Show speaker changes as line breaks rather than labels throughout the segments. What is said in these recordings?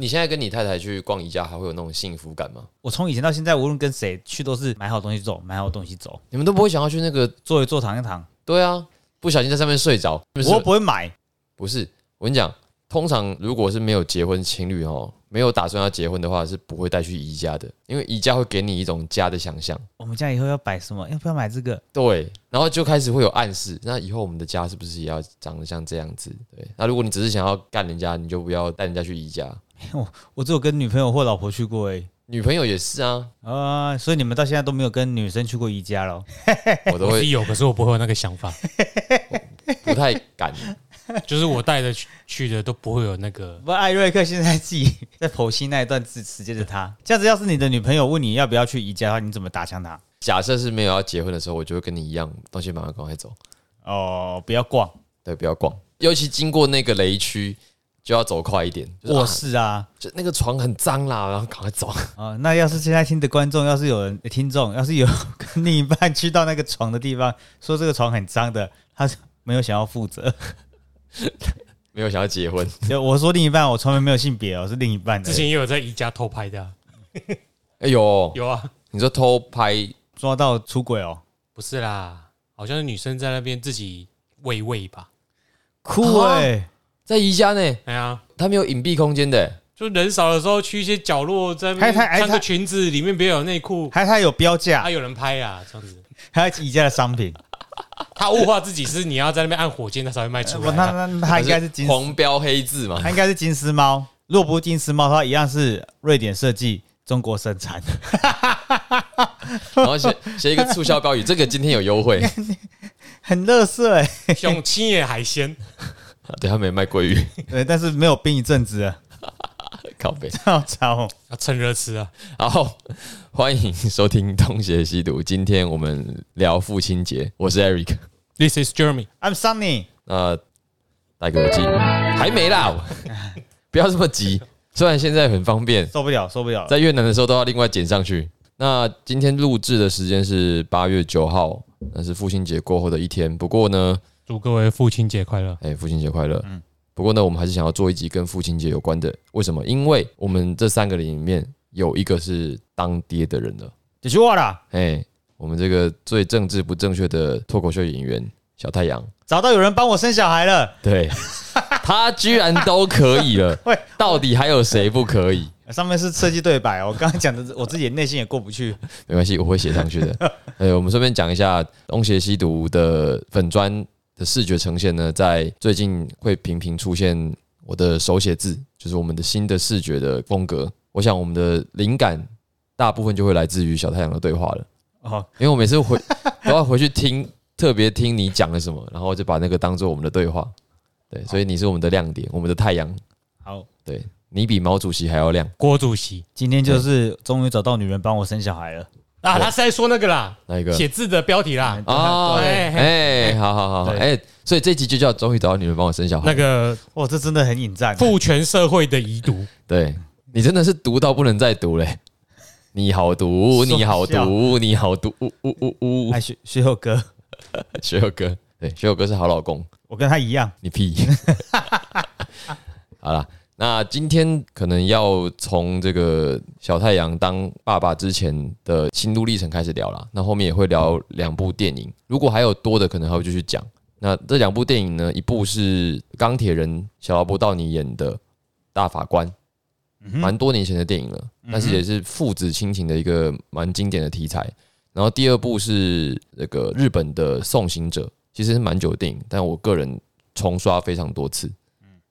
你现在跟你太太去逛宜家，还会有那种幸福感吗？
我从以前到现在，无论跟谁去，都是买好东西走，买好东西走，
你们都不会想要去那个？
坐一坐，躺一躺。
对啊，不小心在上面睡着。不
我又不会买，
不是，我跟你讲，通常如果是没有结婚情侣哦，没有打算要结婚的话，是不会带去宜家的，因为宜家会给你一种家的想象。
我们家以后要摆什么？要不要买这个？
对，然后就开始会有暗示，那以后我们的家是不是也要长得像这样子？对，那如果你只是想要干人家，你就不要带人家去宜家。
我只有跟女朋友或老婆去过哎、
女朋友也是啊，
啊、所以你们到现在都没有跟女生去过宜家咯。
我都
我是
会
有，可是我不会有那个想法，
不太敢。
就是我带的去去的都不会有那个。
不，艾瑞克现在自己 在剖析那一段字时间的他，这样子，要是你的女朋友问你要不要去宜家的话，你怎么打枪他？
假设是没有要结婚的时候，我就会跟你一样，东西马上赶快走，
哦，不要逛，
对，不要逛，尤其经过那个雷区，就要走快一点。就是、
卧
啊、
室啊，
就那个床很脏啦，然后赶快走。
哦，那要是现在听的观众，要是有人呃听众，要是有跟另一半去到那个床的地方，说这个床很脏的，他是没有想要负责。
没有想要结婚，
就我说另一半，我从来没有性别哦，是另一半的
之。前也有在宜家偷拍的、啊，
哎呦，
有啊，
你说偷拍
抓到出轨哦，
不是啦，好像是女生在那边自己喂喂吧？
酷哎、
在宜家呢，
哎呀，
他没有隐蔽空间的、
就人少的时候去一些角落，在那
还
边
还还
穿个
还
裙子，里面别有内裤，
还他有标价
还，有人拍啊，这样子。
还有宜家的商品，
他物化自己是你要在那边按火箭，他才会卖出
我
来
那
啊。
那那他应该是金丝，
黄标黑字嘛？
他应该是金丝猫。若不是金丝猫，它一样是瑞典设计，中国生产。
然后写写一个促销标语，这个今天有优惠。
很乐色哎，
熊青野海鲜，
对，他没卖鲑鱼，
对，但是没有冰一阵子了，
靠背。
好吵哦。
要趁热吃啊！
好，欢迎收听《东邪西毒》，今天我们聊父亲节，我是 Eric。
This is Jeremy。
I'm Sunny，
那戴个耳机，还没啦， 不要这么急。虽然现在很方便，
受不了，受不了了。
在越南的时候都要另外剪上去。那今天录制的时间是八月九号，那是父亲节过后的一天。不过呢，
祝各位父亲节快乐！
哎、父亲节快乐！不过呢，我们还是想要做一集跟父亲节有关的。为什么？因为我们这三个里面有一个是当爹的人了。
就去我啦，
哎、我们这个最政治不正确的脱口秀演员小太阳，
找到有人帮我生小孩了。
对他居然都可以了
喂，
到底还有谁不可以？
上面是设计对白哦，我刚刚讲的，我自己内心也过不去。
没关系，我会写上去的。呃，我们顺便讲一下东邪西毒的粉砖的视觉呈现呢，在最近会频频出现我的手写字，就是我们的新的视觉的风格。我想我们的灵感大部分就会来自于小太阳的对话了，
哦，
因为我每次回都要回去听，特别听你讲了什么，然后就把那个当做我们的对话。对，所以你是我们的亮点，我们的太阳。
好，
对你比毛主席还要亮。
郭主席
今天就是终于找到女人帮我生小孩了。
啊，他是在说那个啦，
那一个
写字的标题啦，
哦，
对，
哎
哎、好好好好，哎、
对
所以这集就叫终于找到你们帮我生小孩。
那个
哇，这真的很引战。
父权社会的遗毒，
对你真的是毒到不能再毒嘞！你好毒，
说
你好
笑
毒，你好毒，呜呜呜呜！
哎，学学友哥，
学友哥，对，学友哥是好老公，
我跟他一样，
你屁！ 好啦，那今天可能要从这个小太阳当爸爸之前的心路历程开始聊啦。那后面也会聊两部电影，如果还有多的，可能还会继续讲。那这两部电影呢，一部是钢铁人小劳勃道尼演的《大法官》，蛮多年前的电影了，但是也是父子亲情的一个蛮经典的题材。然后第二部是那个日本的《送行者》，其实是蛮久的电影，但我个人重刷非常多次。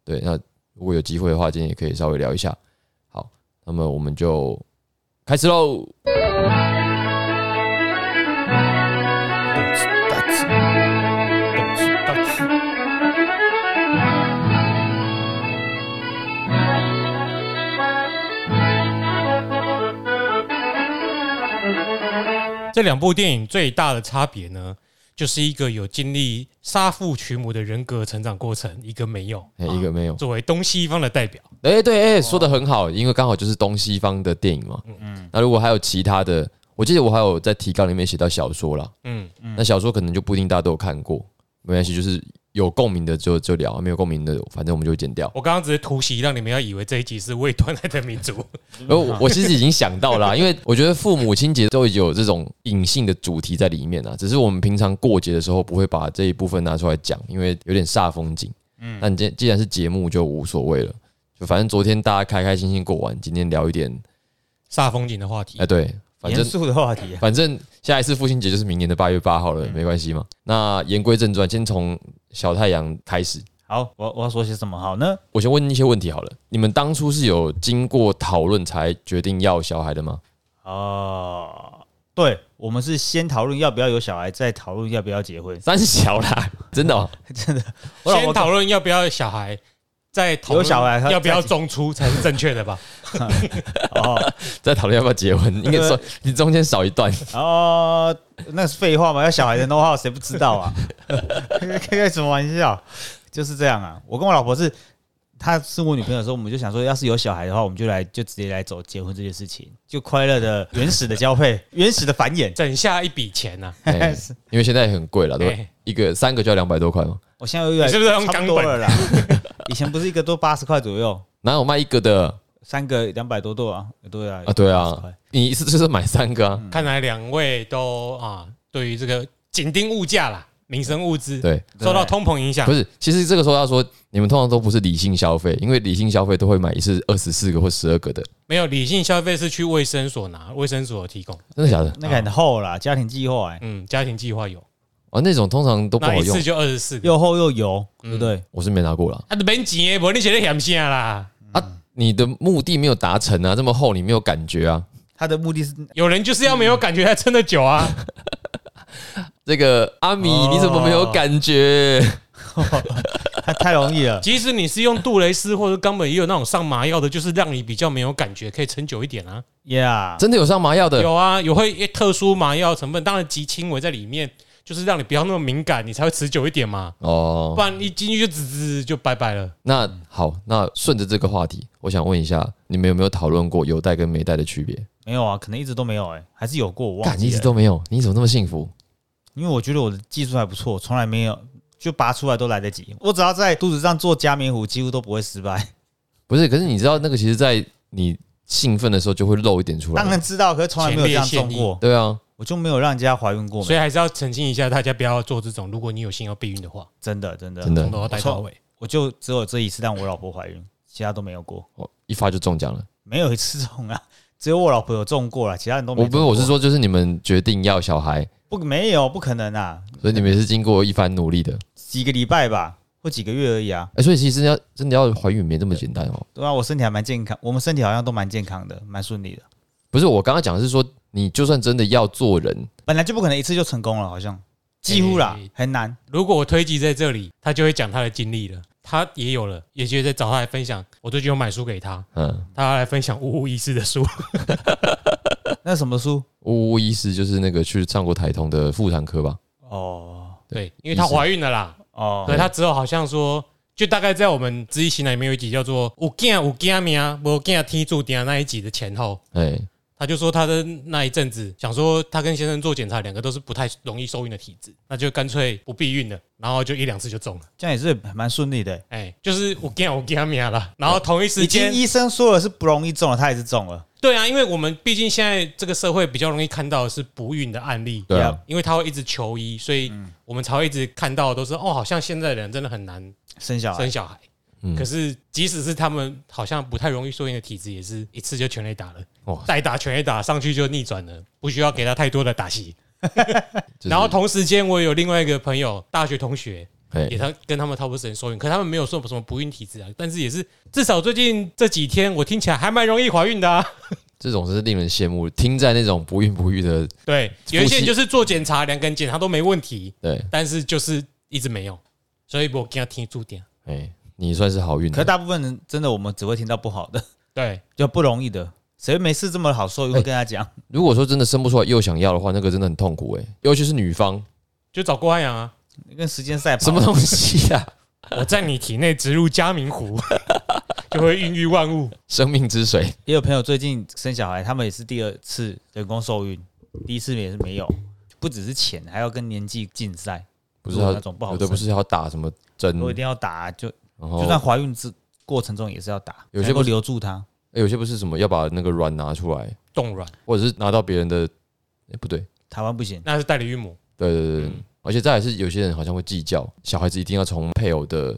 对，那如果有机会的话，今天也可以稍微聊一下。好，那么我们就开始喽。
这两部电影最大的差别呢，就是一个有经历杀父娶母的人格成长过程，一个没有。
哎、一个没有，
作为东西方的代表，
哎、对，哎、说的很好，因为刚好就是东西方的电影嘛。嗯，那如果还有其他的，我记得我还有在提纲里面写到小说啦。
嗯，
那小说可能就不一定大家都有看过，没关系，就是有共鸣的就就聊，没有共鸣的反正我们就剪掉。
我刚刚只是突袭，让你们要以为这一集是为断爱的民 族。
而我呃我其实已经想到了啊、因为我觉得父母亲节都已经有这种隐性的主题在里面啊，只是我们平常过节的时候不会把这一部分拿出来讲，因为有点煞风景。嗯，但既既然是节目，就无所谓了。就反正昨天大家开开心心过完，今天聊一点，
煞风景的话题
呃
哎、，对，反
严
正
肃的话题啊，
反正下一次父亲节就是明年的八月八号了，
嗯
没关系嘛。那言归正传，先从小太阳开始。
好，我我要说些什么好呢？
我先问一些问题好了，你们当初是有经过讨论才决定要小孩的吗？
哦，对，我们是先讨论要不要有小孩，再讨论要不要结婚。
三小啦， 真的、哦，
我老
先
婆
讨论要不要小孩，再讨
有
论
小孩
要不要
再
中出才是正确 的吧？
哦
在讨论要不要结婚，应 该说你中间少一段。
哦，那是废话嘛，要小孩的 know how 谁不知道 啊？开开什么玩笑？就是这样啊。我跟我老婆是，她是我女朋友的时候，我们就想说，要是有小孩的话，我们就来就直接来走结婚这件事情，就快乐 的原始的交配，原始的繁衍。
整下一笔钱呢、
哎
是
因为现在也很贵了，对吧
哎？
一个三个就要两百多块嘛，
我现在又越来
你是不是要用
差
钢
多
本
了 啦？以前不是一个都八十块左右，
哪有卖一个的
三个两百多对啊，对啊
啊？，对
80块
啊，你一次 就是买三个啊？
看来两位都啊，对于这个紧盯物价啦，民生物资
对，
受到通膨影响
不，是，其实这个时候要说，你们通常都不是理性消费，因为理性消费都会买一次二十四个或十二个的，
没有理性消费是去卫生所拿，卫生所有提供。
真的假的？
那个很厚啦，家庭计划哎，
嗯，家庭计划有，
啊，那种通常都不
那
好
一
用
次，就二十四个。
又厚又油，对不
嗯
对？
我是没拿过啦。
啊，没钱的，无你写的嫌啥啦？
你的目的没有达成啊，这么厚你没有感觉啊？
他的目的是
有人就是要没有感觉才撑得久啊！
嗯这个阿米
哦
你怎么没有感觉？
他太容易了，
即使你是用杜蕾斯或者冈本，也有那种上麻药的，就是让你比较没有感觉，可以撑久一点啊。
yeah，
真的有上麻药的？
有啊，有会特殊麻药成分，当然极轻微在里面，就是让你不要那么敏感，你才会持久一点嘛。
哦
不，然一进去就滋滋就拜拜了。
那好，那顺着这个话题，我想问一下，你们有没有讨论过有带跟没带的区别？
没有啊，可能一直都没有哎，还是有过，我忘
干，你一
记
直
了，
都没有，你怎么那么幸福？
因为我觉得我的技术还不错，从来没有就拔出来都来得及，我只要在肚子上做加冕虎，几乎都不会失败。
不是，可是你知道那个，其实，在你兴奋的时候就会露一点出来。
当然知道，可是从来没有这样中
前列腺
过，
对啊，
我就没有让人家怀孕过，
所以还是要澄清一下，大家不要做这种。如果你有心要避孕的话，
真的真的
真的
从头要带到尾。
我就只有这一次让我老婆怀孕，其他都没有过，
哦一发就中奖了。
没有一次中啊， 只有我老婆有中过了，其他人都没
我
中
不
过。
是，我是说，就是你们决定要小孩，
不没有不可能啊，
所以你们也是经过一番努力的。
几个礼拜吧，或几个月而已啊。
哎、所以其实要真的要怀孕没这么简单哦。
对啊，我身体还蛮健康，我们身体好像都蛮健康的，蛮顺利的。
不是，我刚刚讲的是说，你就算真的要做人，
本来就不可能一次就成功了，好像几乎啦，
诶
很难。
如果我推及在这里，他就会讲他的经历了，他也有了，也觉得找他来分享。我最近有买书给他，
嗯，
他来分享《五五医师》的书。
那什么 书？
呜呜医师就是那个去上过台通的妇产科吧？
哦
对，因为她怀孕了啦，
哦
对她之后好像说，就大概在我们知易行难里面有一集叫做“有囝有囝命，无囝天注定”啊那一集的前后，
哎、
她就说她的那一阵子想说，她跟先生做检查，两个都是不太容易受孕的体质，那就干脆不避孕了，然后就一两次就中了，
这样也是蛮顺利的。
哎、就是有囝有囝命啦。然后同一时
已经
间，
医生说了是不容易中了，他也是中了。
对啊，因为我们毕竟现在这个社会比较容易看到的是不孕的案例，
对啊，
因为他会一直求医，所以我们才会一直看到的都是哦，好像现在的人真的很难
生小孩
生小孩。
嗯
可是即使是他们好像不太容易受孕的体质，也是一次就全垒打了，
哇
再打全垒打上去就逆转了，不需要给他太多的打击。
就是
然后同时间，我有另外一个朋友，大学同学，
哎、
也他跟他们差不多时间受孕，可他们没有说什么不孕体质啊，但是也是至少最近这几天，我听起来还蛮容易怀孕的、啊。
这种是令人羡慕。听在那种不孕不育的，
对，有一些
夫妻
人就是做检查，两个人检查都没问题，
对，
但是就是一直没有，所以我给他听注定。
哎、你算是好运
可
的。
大部分人真的我们只会听到不好的，
对，
就不容易的。谁没事这么好受孕
哎
会跟他讲？
如果说真的生不出来又想要的话，那个真的很痛苦哎、尤其是女方，
就找郭汉阳啊，
跟时间赛跑
什么东西啊？
我在你体内植入加明 湖，就会孕育万物。
生命之水，
也有朋友最近生小孩，他们也是第二次人工受孕，第一次也是没有，不只是钱，还要跟年纪竞赛，
不是
如果
他
那种不好
有的不
生
是要打什么针
如，果一定要打，就
然
就
后
算怀孕之过程中也是要打，
哦有些
能够
不是
留住它。
欸有些不是什么要把那个卵拿出来，
冻卵，
或者是拿到别人的，哎不对，
台湾不行，
那是代理孕母，
对对对对，
嗯
而且再来是有些人好像会计较，小孩子一定要从配偶的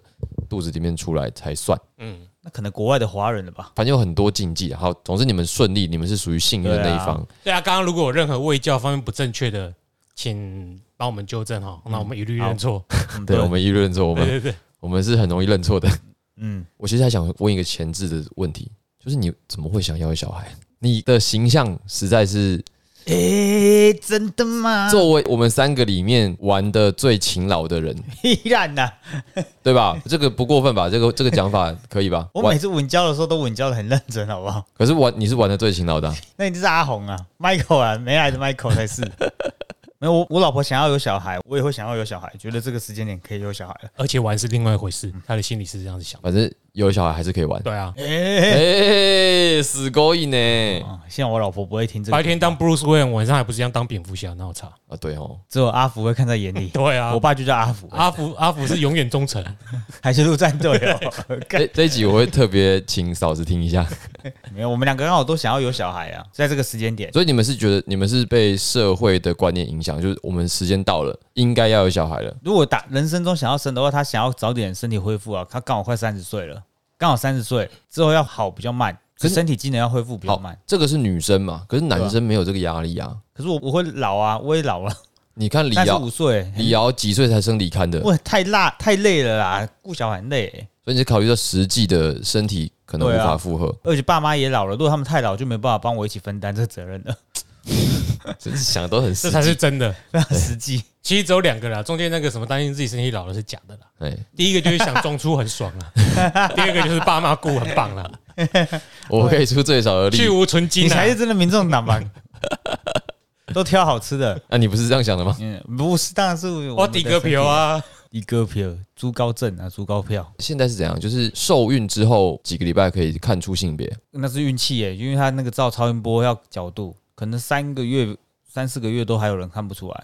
肚子里面出来才算，
嗯，
那可能国外的华人了 吧？
反正有很多禁忌。好，总之你们顺利，你们是属于幸运的那一方。
对啊，刚刚如果有任何卫教方面不正确的，请帮我们纠正哈，那我们一律认错，
嗯，
对我们一律认错，我
对
们
对对，
我们是很容易认错的。
嗯，
我其实还想问一个前置的问题，就是你怎么会想要有小孩？你的形象实在是
诶，真的吗？
作为我们三个里面玩的最勤劳的 人，
依然啊呐，
对吧？这个不过分吧？这个这个讲法可以 吧？
我
玩
每次稳交的时候都稳交的很认真，好不好？
可是玩你是玩的最勤劳的啊、
那你就是阿红啊，Michael 啊，没来的 Michael 才是。没有我，我老婆想要有小孩，我也会想要有小孩，觉得这个时间点可以有小孩 了。
而且玩是另外一回事，他的心里是这样子想的，
反正有小孩还是可以玩。
嗯对啊，
哎、
诶，
死勾引呢、
哦现在我老婆不会听这个，
白天当 Bruce Wayne，晚上还不是一样当蝙蝠侠，那我差，
啊，对哦，
只有阿福会看在眼里。
对啊
我，爸就叫阿福，
阿福阿福是永远忠诚，
还是陆战队哦。干
这这一集我会特别请嫂子听一 下。
没有，我们两个刚好都想要有小孩啊，在这个时间点，
所以你们是觉得你们是被社会的观念影响，就是我们时间到了，应该要有小孩了。
如果打人生中想要生的话，他想要早点身体恢复啊。他刚好快三十岁了，刚好三十岁之后要好比较慢，
可
可
是
身体机能要恢复比较
好
慢。，
这个是女生嘛，可是男生没有这个压力啊。
可是我我会老啊，我也老了，
你看李
三十
瑶
五，
啊
岁，
李瑶几岁才生李刊的？
我太辣太累了啦，顾小孩很累欸、
所以你是考虑到实际的身体可能无
对啊
法负荷，
而且爸妈也老了，如果他们太老，就没办法帮我一起分担这个责 任了，
真是想得都很
这
实
才
际。
是真的。
非常实际。
其实只有两个啦，中间那个什么担心自己身体老了是假的啦。
哎，
第一个就是想装出很爽啦， 第二个就是爸妈顾很 棒啦，
我可以出最少的力
去。无存
你
金啊
才。是真的民众党 吧？都挑好吃的，
那、你不是这样想的吗？
嗯，不是，当然是
我哦顶个
票
票，啊！
一个票，猪高症啊，猪高票，
现在是怎样？就是受孕之后几个礼拜可以看出性别，
那是运气耶，因为他那个照超音波要角度，可能三个月、三四个月都还有人看不出来，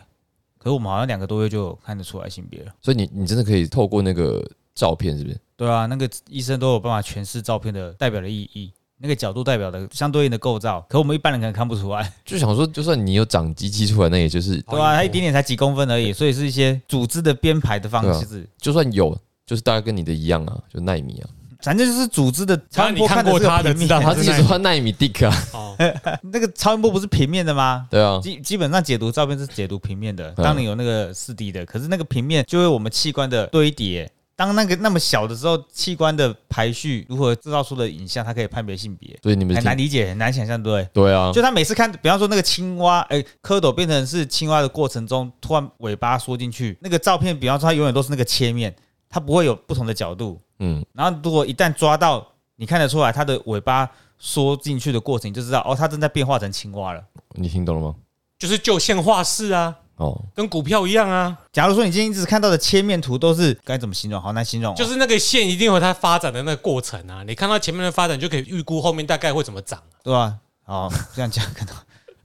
可是我们好像两个多月就有看得出来性别了。
所以你你真的可以透过那个照片，是不是？
对啊，那个医生都有办法诠释照片的代表的意义，那个角度代表的相对应的构造，可我们一般人可能看不出来。
就想说，就算你有长鸡鸡出来，哦那也就是
好
对啊，
离谱
它一点点才几公分而已，所以是一些组织的编排的方式，
就算有，就是大概跟你的一样啊，就纳米啊。
反正就是组织的超音波
只要你看
的
过
是
它的
有平
知道
面
他
它
自己说他纳米 dick 啊，
哦，
那个超音波不是平面的吗？
对啊，
基基本上解读照片是解读平面的，
嗯
当你有那个四 D 的，可是那个平面就会我们器官的堆叠。当那个那么小的时候，器官的排序如何制造出的影像，它可以判别性别，
哎所以你们
很难
听
理解，很难想象，对不对？
对啊
就，他每次看，比方说那个青蛙，哎、蝌蚪变成是青蛙的过程中，突然尾巴缩进去，那个照片，比方说它永远都是那个切面，它不会有不同的角度。
嗯，
然后如果一旦抓到，你看得出来它的尾巴缩进去的过程，你就知道哦，它正在变化成青蛙了。
你听懂了吗？
就是就线画室啊，
哦，
跟股票一样啊，
假如说你今天一直看到的切面图都是该怎么形容？好难形容、哦，
就是那个线一定有它发展的那个过程啊。你看到前面的发展，就可以预估后面大概会怎么啊涨。
对吧、哦，这样讲可能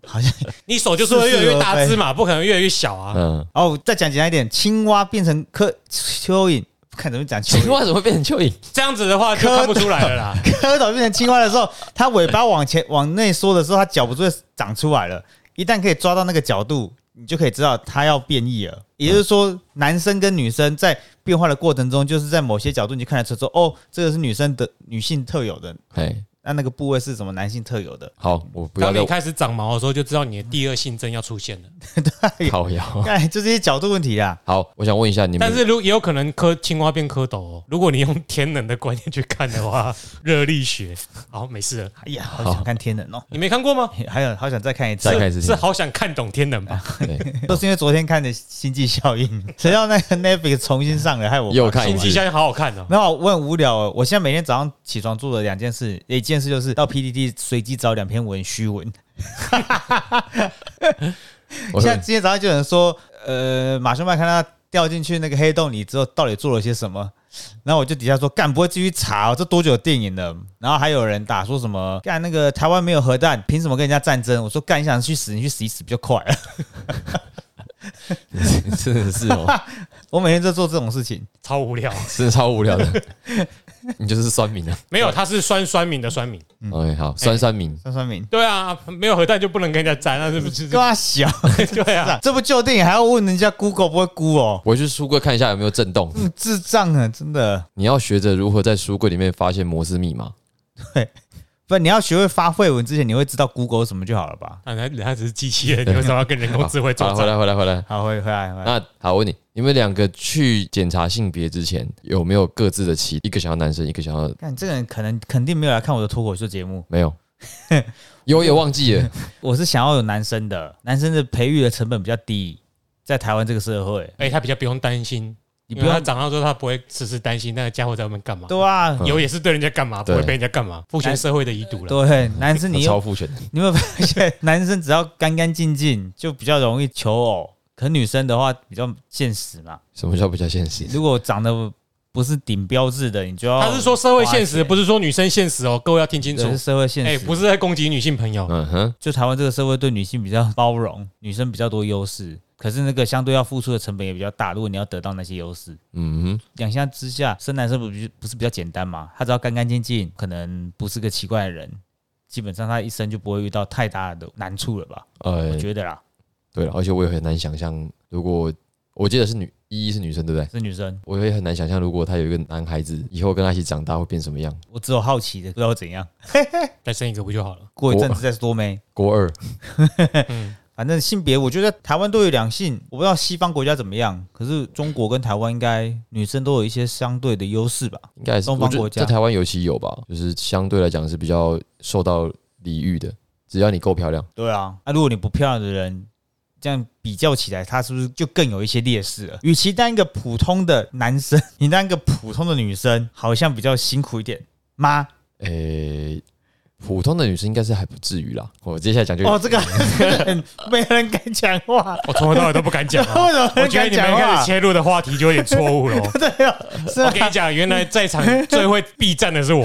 好像
你手就是会越来越大只嘛，不可能越来越小啊。
嗯，
哦，再讲简单一点，青蛙变成蝌蚯蚓，看怎么讲蚯蚓
青。蛙怎么会变成蚯蚓？
这样子的话就看不出来了啦。
蝌蚪变成青蛙的时候，它尾巴往前往内缩的时候，它脚不就会长出来了。一旦可以抓到那个角度，你就可以知道它要变异了。也就是说，男生跟女生在变化的过程中，就是在某些角度你就看得出说，哦，这个是女生的女性特有的，
哎，。
那那个部位是什么男性特有的
好，我 不要
当
再
你开始长毛的时候，就知道你的第二性征要出现了。
靠腰。
哎，就这些角度问题啊啦。
好，我想问一下你
但
们，
是如也有可能蝌青蛙变蝌蚪哦。如果你用天能的观念去看的 话，热力学，好没事了。
哎呀，好想看天人哦，
你没看过吗？
还有好想再看一次
再。看一次
是是好想看懂天
啊
能吧？
对，
都是因为昨天看的《星际效应》， 谁让那个 Netflix 重新上了，害我
又看一
星际
次
效应好好看哦。
没有，我很无聊哦。我现在每天早上起床做的两件事，一件事就是到 PDD 随机找两篇文虚文。
我
像今天早上就有人说，呃，马修麦看他掉进去那个黑洞里之后，到底做了些什么？然后我就底下说，干不会继续查、哦，这多久的电影了？然后还有人打说什么，干那个台湾没有核弹，凭什么跟人家战争？我说干，你想去死，你去死一死比较快。
真的是哦，
我每天在做这种事情，
超无聊。
真的超无聊的。 你就是酸民啊。
没有，他是酸酸民的酸民。
嗯
OK，好，
哎
酸酸民。
酸酸民，
对啊，没有核弹就不能跟人家沾，那是不是？
啊
跟他小，
对啊，
这不就定还要问人家 Google 不会估哦，
我去书柜看一下有没有震动。
嗯智障啊，真的。
你要学着如何在书柜里面发现摩斯密码。
不，你要学会发废文之前，你会知道 Google 什么就好了吧？
啊，他他只是机 器人，你为什么要跟人工智慧
好
作
好回
战？
来，回来，回来。
好，回啊回来，回来。
那好，我问你，你们两个去检查性别之前，有没有各自的期？一个想要男生，一个想要
看这个人，可能肯定没有来看我的脱口秀节目。
没 有？有也忘记了。
我是想要有男生的，男生的培育的成本比较低，在台湾这个社会，
哎，他比较不用担心，
你
因
不
为他
用
长大之后他不会时时担心那个家伙在外面干嘛。
对啊，
有也是对人家干嘛，不会
对
被人家干嘛，父权社会的遗毒了。
对，男生你
超
又
父权的，
你有没有发现， 男生只要干干净净就比较容易求偶，可女生的话比较现实嘛。
什么叫比较现实？
如果长得不是顶标志的，你就要
他是说社会现实，不
是
是说女生现实哦，各位要听清楚
对。是社会现
哎，
实，
不是在攻击女性朋友，
嗯哼，
就台湾这个社会对女性比较包容，女生比较多优势，可是那个相对要付出的成本也比较大。如果你要得到那些优势，
嗯
两相之下，生男生不是不是比较简单嘛？他只要干干净净，可能不是个奇怪的人，基本上他一生就不会遇到太大的难处了吧？
哼，
我
呃，
觉得啦，
对了，而且我也很难想象，如果我记得是女依依是女生，对不对？
是女生，
我也很难想象，如果她有一个男孩子，以后跟她一起长大会变什么样。
我只有好奇的，不知道会怎样。
再生一个不就好了？
过一阵子再说没。
国二，
嗯，
反正性别，我觉得台湾对于两性，我不知道西方国家怎么样，可是中国跟台湾应该女生都有一些相对的优势吧？
应该是
东方
我觉得
国家
在台湾尤其有吧，就是相对来讲是比较受到礼遇的，只要你够漂亮，
对啊，那、如果你不漂亮的人，这样比较起来，他是不是就更有一些劣势了？与其当一个普通的男生， 你当一个普通的女生，好像比较辛苦一点吗？
诶、普通的女生应该是还不至于啦。我接下来讲就
哦，这个 很没人敢讲 话，
我从头到尾都不敢讲 哦。
为什么没
我
人
觉
敢
得你们
讲
开始
话？
切入的话题就有点错误了 哦。
对啊，是
我
啊，
跟你讲，原来在场最会避战的是我。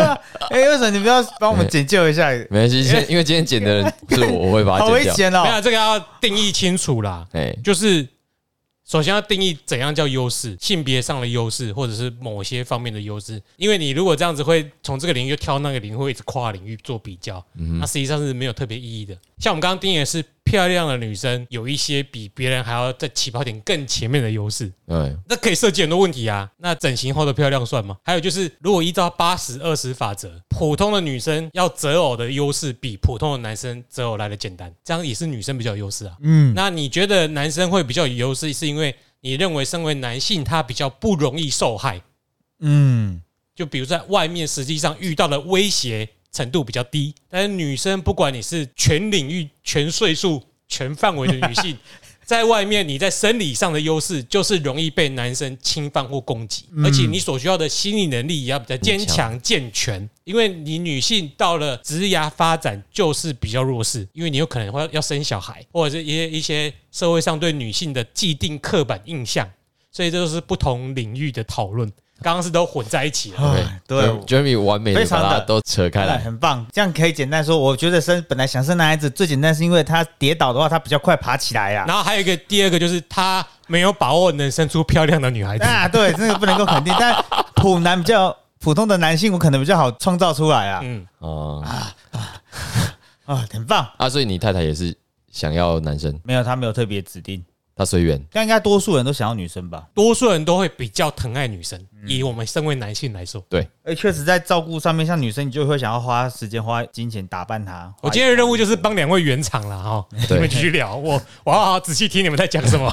哎、为什么你不要帮我 们解救一下？
没关系，因为因为今天剪的人是我，我会把它
好危
剪掉。
险哦
没！有这个要定义清楚啦，
哎、
就是首先要定义怎样叫优势，性别上的优势，或者是某些方面的优势。因为你如果这样子会从这个领域挑那个领域，会一直跨领域做比较，那实际上是没有特别意义的。像我们刚刚定义的是漂亮的女生有一些比别人还要在起跑点更前面的优势，
哎，
那可以设计很多问题啊。那整形后的漂亮算吗？还有就是，如果依照八十二十法则，普通的女生要择偶的优势比普通的男生择偶来的简单，这样也是女生比较有优势啊。
嗯，
那你觉得男生会比较有优势，是因为你认为身为男性他比较不容易受害，
嗯，
就比如在外面实际上遇到的威胁程度比较低，但是女生不管你是全领域、全岁数、全范围的女性，在外面你在生理上的优势就是容易被男生侵犯或攻击，而且你所需要的心理能力也要比较坚强健全，因为你女性到了职涯发展就是比较弱势，因为你有可能会要生小孩，或者是一些一些社会上对女性的既定刻板印象，所以这就是不同领域的讨论。刚刚是都混在一起了，
哎对
j e r e m y 完美的
非常
把
的
它都扯开
嗯
来。
很棒。这样可以简单说，我觉得生本来想生男孩子最简单，是因为他跌倒的话，他比较快爬起来啊呀、
然后还有一个第二个就是他没有把握能生出漂亮的女孩 子，
啊。对，这个不能够肯定，但普男比较 普通的男性，我可能比较好创造出来啊。
嗯，
哦、
啊，很棒。
啊，所以你太太也是想要男生，
没有，他没有特别指定，
她随缘。
但应该多数人都想要女生吧？
多数人都会比较疼爱女生。以我们身为男性来说，
哎，确实在照顾上面，像女生，你就会想要花时间、花金钱打扮她。
我今天的任务就是帮两位圆场了哈，你们继续聊， 我我要好好仔细听你们在讲什么。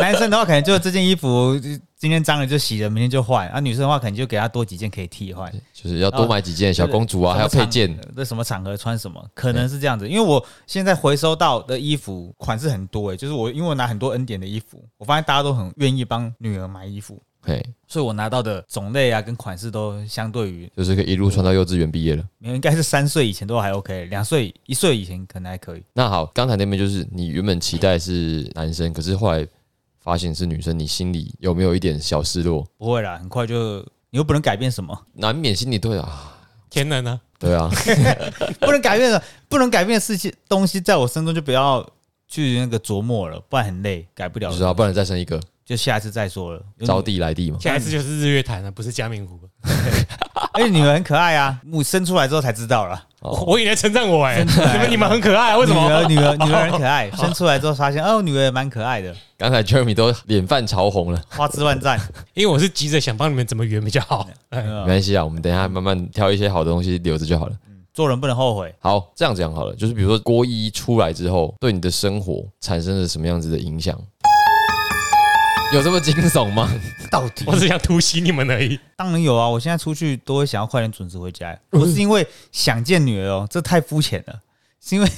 男生的话，可能就这件衣服今天脏了就洗了，明天就换；啊，女生的话，可能就给她多几件可以替换。
就是要多买几件小公主啊，还有
什么
配
场
件，，
在什么场合穿什么，可能是这样子。因为我现在回收到的衣服款式很多、欸，就是我因为我拿很多恩典的衣服，我发现大家都很愿意帮女儿买衣服，
嘿，
所以我拿到的种类啊跟款式都相对于，
就是可以一路穿到幼稚园毕业了。
没有应该是三岁以前都还 OK，两岁一岁以前可能还可以。
那好，刚才那边就是你原本期待是男生，可是后来发现是女生，你心里有没有一点小失落？
不会啦，很快就你又不能改变什么，
难免心里都会啊，
天哪呢？
对 啊，
不能改变的，不能改变的事情东西，在我身中就不要去那个琢磨了，不然很累，改不了
啊不
的。
知道，不然再生一个，
就下次再说了。
招弟来弟嘛，
下一次就是日月潭啊了，不是嘉明湖了。
而且女儿很可爱啊，母生出来之后才知道了。
哦
我我以为在称赞我哎，
真的哎
你们你们很可爱啊，为什么？
女 儿女儿女儿很可爱，生出来之后发现哦，女儿也蛮可爱的，
刚才 Jeremy 都脸泛潮红了，
花枝乱 颤。
因为我是急着想帮你们怎么圆比较 好。
嗯
没关系啊，我们等一下慢慢挑一些好的东西留着就好了。
做人不能后悔。
好，这样讲好了，就是比如说郭一出来之后，对你的生活产生了什么样子的影响？有这么惊悚吗？
到底
我只想突袭你们而 已。
当然有啊，我现在出去都会想要快点准时回
嗯
家，不是因为想见女儿哦，这太肤浅了，是因为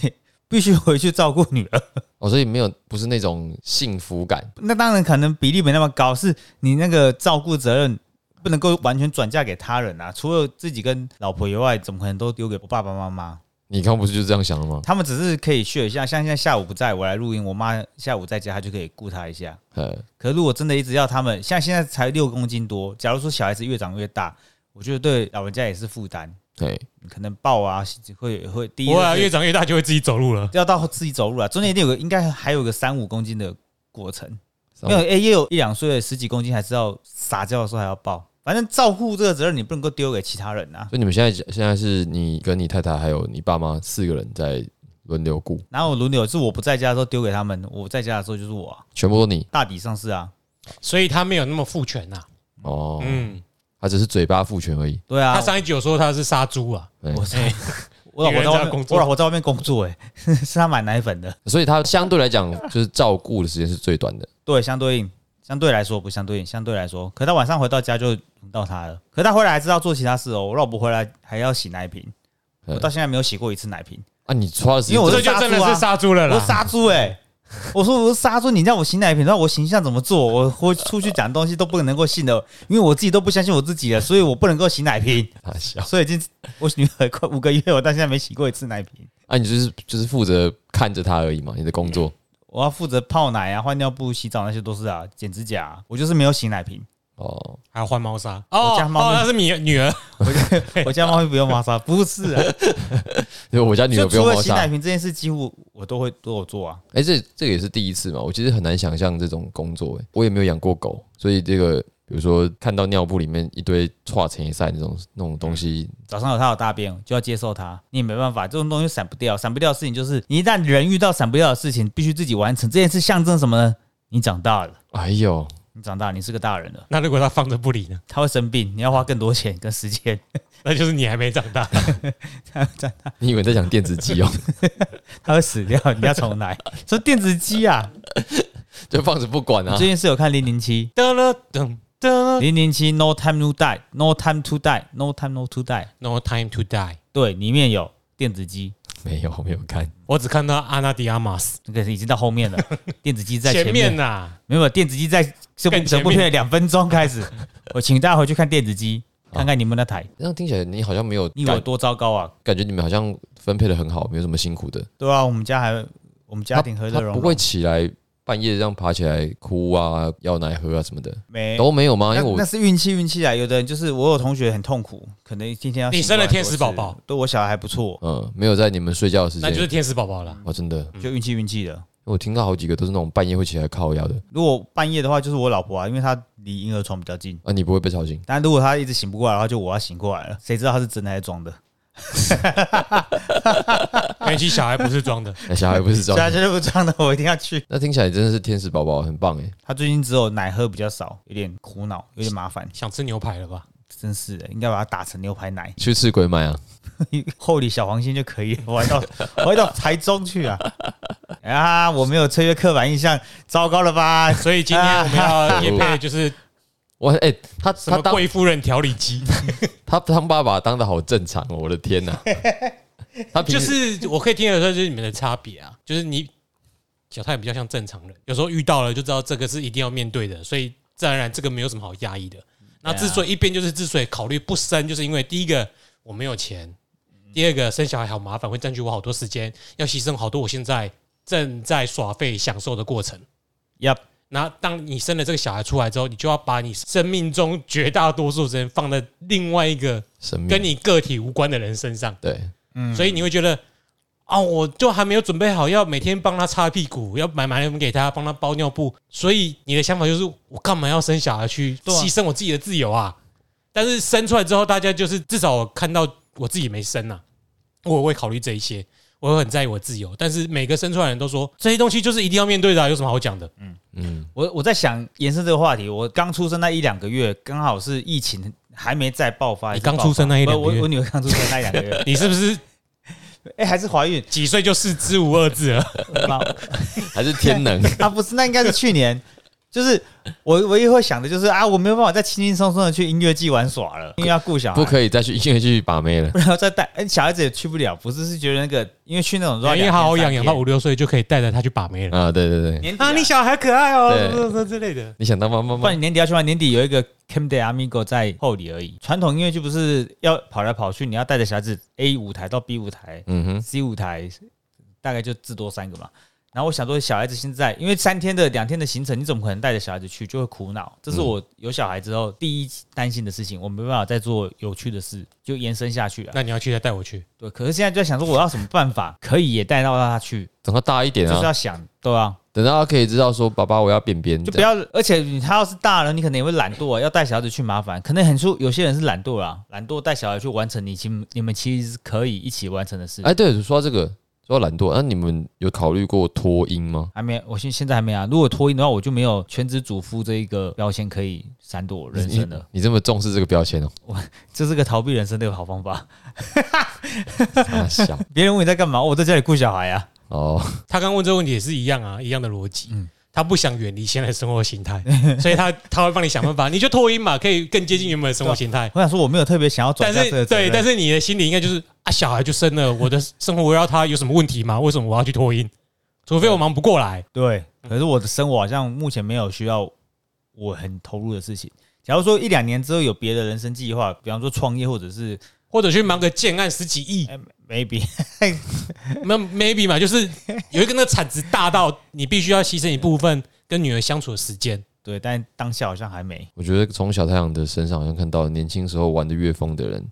必须回去照顾女儿。
哦，所以没有，不是那种幸福感，
那当然可能比例没那么高，是你那个照顾责任不能够完全转嫁给他人啊。除了自己跟老婆以外，怎么可能都丢给爸爸妈妈？
你刚不是就这样想的吗？
他们只是可以学一下，像现在下午不在，我来录音，我妈下午在家，她就可以顾她一下。
呃，
可如果真的一直要他们，像现在才六公斤多，假如说小孩子越长越大，我觉得对老人家也是负担，
对，
可能抱啊会会第一
不会啊，
个
越
是
长越大就会自己走路了。
要到自己走路啊，中间一定有个应该还有个三五公斤的过程，
三
没有诶、也有一两岁的十几公斤还是要撒娇的时候还要抱，反正照顾这个责任你不能够丢给其他人啊，
所以你们现在现在是你跟你太太还有你爸妈四个人在轮流顾，
然后轮流是我不在家的时候丢给他们，我在家的时候就是我、啊，
全部都你
大抵上是啊，
所以他没有那么父权啊呐。
哦，
嗯，
他只是嘴巴父权而已。
对啊
他，上一集有说他是杀猪啊，
对
我在 我老
女
婆
人
在
在
外
工
面，
作
我老婆在外面工作、欸， 是她买奶粉的。
所以他相对来讲就是照顾的时间是最短的。
对，相对应，相对来说不相对应，相对来说，可他晚上回到家就轮到他了，可他回来还知道做其他事哦。我老婆回来还要洗奶瓶，
嗯
我到现在没有洗过一次奶瓶，
啊，你花的时间
因为我
这
是
就真的是杀猪啊了
我
啦
是。杀猪哎、我说我是杀猪，你让我洗奶瓶，那我形象怎么做？我我出去讲东西都不能够信的，因为我自己都不相信我自己了，所以我不能够洗奶瓶，
大啊小
所以已经我女儿快五个月，我到现在没洗过一次奶瓶。
啊，你就是就是负责看着他而已嘛，你的工作。
我要负责泡奶啊、换尿布、洗澡那些都是啊，剪指甲啊、我就是没有洗奶 瓶。
哦，
还有换猫砂
我
哦，
家猫
哦，
咪
那是你女儿，
啊
我家猫咪不用猫砂，不 是啊，
因为我家女儿
就
不
除
用
了
猫
洗
砂。
奶
哎、
瓶这件事，几乎我都会都有做啊。
这这个也是第一次嘛，我其实很难想象这种工作、哎，我也没有养过狗，所以这个比如说看到尿布里面一堆串成一塞那种那种东西，
早上有它有大便，就要接受它，你也没办法，这种东西闪不掉。闪不掉的事情就是，你一旦人遇到闪不掉的事情，必须自己完成。这件事象征什么呢？你长大了，
哎呦，
你长大，你是个大人了，
那如果她放着不理呢？
他会生病，你要花更多钱跟时间。
那就是你还没长大。
你以为在讲电子鸡 哦、
它会死掉，你要重来。说电子鸡啊，
就放着不管
我
啊
最。近是有看零零七，
噔了噔噔
零零七 No Time No Die，No Time to Die，No Time No to Die，
，No time to die。
对，里面有电子鸡，
没有没有看，
我只看到阿纳迪亚马斯
那个已经到后面了，电子鸡在
前
前面啊
面呐，
没有电子鸡在这部
更前
整部
面
片的两分钟开 始，我请大家回去看电子鸡，看看你们那台，
哦
这样听起来你好像没有
你有
感
多糟糕啊？
感觉你们好像分配的很好，没有什么辛苦的。
对啊，我们家还我们家庭和乐
他
融
不
融，
会起来半夜这样爬起来哭啊、要奶喝啊什么的
没
都没有吗？
那
因为
那
我
是运气运气啊。有的人就是我有同学很痛苦，可能天天要
你
醒过
生了
来
天
多
使
次
宝宝，
对我小孩还不错，
嗯没有在你们睡觉的时
那
间
就是天使宝宝了。
哦，真的，
嗯
就运气运气的。
我听到好几个都是那种半夜会起来靠腰的
如果半夜的话，就是我老婆啊，因为她离婴儿床比较近。
啊，你不会被吵醒。
但如果她一直醒不过来的话，就我要醒过来了。谁知道她是真的还是装的？
尤其小孩不是装的，
那哎小孩不是这
虽
样，
然这是装的，我一定要去。
那听起来真的是天使宝宝，很棒哎。
她最近只有奶喝比较少，有点苦恼，有点麻烦。
想吃牛排了吧？
真是的，应该把它打成牛排奶，
去吃鬼买啊！
厚里小黄心就可以了。我还到 我还到台中去啊！啊，我没有超越刻板印象，糟糕了吧？
所以今天我们要夜配就是
哇，哎、他
什
他
么
当
贵夫人调理机，
他当爸爸当的好正常哦，我的天呐、他平
啊就
时
是我可以听得出来就是你们的差别啊，就是你小太比较像正常人，有时候遇到了就知道这个是一定要面对的，所以自然而然这个没有什么好压抑的。那之所以一边就是之所以考虑不生，就是因为第一个我没有钱，第二个生小孩好麻烦，会占据我好多时间，要牺牲好多我现在正在耍废享受的过程。
呀，
那当你生了这个小孩出来之后，你就要把你生命中绝大多数时间放在另外一个
神秘
跟你个体无关的人身上，
对，
嗯
所以你会觉得啊，我就还没有准备好要每天帮他擦屁股，要买马桶给他，帮他包尿布。所以你的想法就是，我干嘛要生小孩去
对啊
牺牲我自己的自由啊？但是生出来之后，大家就是至少我看到我自己没生啊，我会考虑这一些，我会很在意我自由。但是每个生出来的人都说这些东西就是一定要面对的啊、有什么好讲的？
嗯，
我我在想延伸这个话题，我刚出生那一两个月，刚好是疫情还没再爆发。
你
还是爆
刚出生那一两个
不
月
我我女儿刚出生那一两个月，
你是不是
哎、还是怀孕
几岁就四肢无 二字啊了？
吗？
还是天能，
啊，不是，那应该是去年。就是我唯一会想的就是啊，我没有办法再轻轻松松的去音乐季玩耍了，因为要顾小孩，
不可以再去音乐剧把妹 了。
不然要再带。哎、小孩子也去不了，不是是觉得那个，因为去那种都要
因为
两
好好
天
养，
三
养到
天
五六岁就可以带着他去把妹了。
啊，对对对，
年底、
啊，
啊，
你
你想，
小孩可爱哦，
对
什么之类的。
你想当妈妈
不
吗？
然年底要去玩，年底有一个 Cam de Amigo 在后里而已。传统音乐剧不是要跑来跑去，你要带着小孩子 A 舞台到 B 舞台，
嗯哼，
C 舞台大概就至多三个嘛。然后我想说，小孩子现在因为三天的两天的行程，你怎么可能带着小孩子去？就会苦恼。这是我有小孩之后第一担心的事情，我没办法再做有趣的事，就延伸下去了。
那你要去再带我去，
对，可是现在就在想说，我要什么办法可以也带到他去？
等他大一点
就是
啊，
要想，对啊，
等到他可以知道说，爸爸我要便便，
就不要。而且你他要是大了，你可能也会懒惰、啊，要带小孩子去麻烦。可能很多有些人是懒惰啦，懒惰带小孩去完成你其你们其实可以一起完成的事。
哎，对，说到这个，说到懒惰，那你们有考虑过脱音吗？
还没，我现现在还没啊。如果脱音的话，我就没有全职主妇这一个标签可以闪躲我人生
你
了。
你这么重视这个标签哦，
这是个逃避人生的一个好方法。
啊笑
别人问你在干嘛，哦我在家里顾小孩啊。
哦，
他刚问这个问题也是一样啊，一样的逻辑。
嗯
他不想远离现在的生活 形态，所以他他会帮你想办法，你就脱音嘛，可以更接近原本的生活形态。
我想说，我没有特别想要啊转
但
嫁这
是
个责
对，
任
但是你的心里应该就是啊，小孩就生了，我的生活围绕他有什么问题吗？为什么我要去脱音？除非我忙不过来，
对，可是我的生活好像目前没有需要我很投入的事情。假如说一两年之后有别的人生计划，比方说创业或者是
或者去忙个建案十几亿，
哎 maybe
那 maybe 嘛，就是有一个那个产值大到你必须要牺牲一部分跟女儿相处的时间。
对，但当下好像还没。
我觉得从小太阳的身上好像看到，年轻时候玩的越疯的人，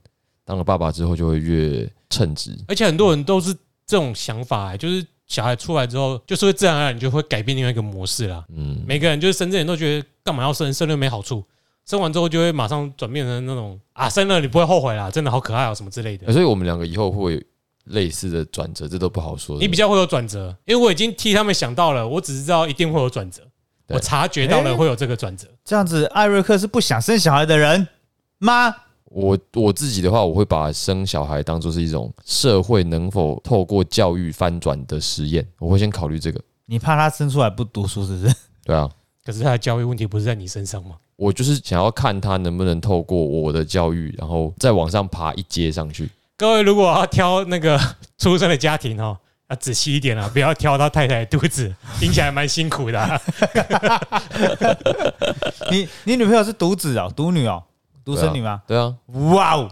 当了爸爸之后就会越称职。
而且很多人都是这种想法、欸，就是小孩出来之后，就是会自然而然你就会改变另外一个模式啦。
嗯，
每个人就是深圳人都觉得干嘛要生，生了没好处，生完之后就会马上转变成那种啊，生了你不会后悔啦，真的好可爱哦、什么之类的。
所以我们两个以后会有类似的转折，这都不好说。
你比较会有转折，因为我已经替他们想到了，我只知道一定会有转折，
对
我察觉到了会有这个转折。
这样子，艾瑞克是不想生小孩的人吗？
我我自己的话，我会把生小孩当做是一种社会能否透过教育翻转的实验，我会先考虑这个。
你怕他生出来不读书是不是？
对啊，
可是他的教育问题不是在你身上吗？
我就是想要看他能不能透过我的教育，然后再往上爬一阶上去。
各位如果要挑那个出生的家庭哦，要仔细一点啊，不要挑到太太的肚子，听起来蛮辛苦的啊、
你你女朋友是独子哦，独女哦，独生女吗？
对啊，
哇哦，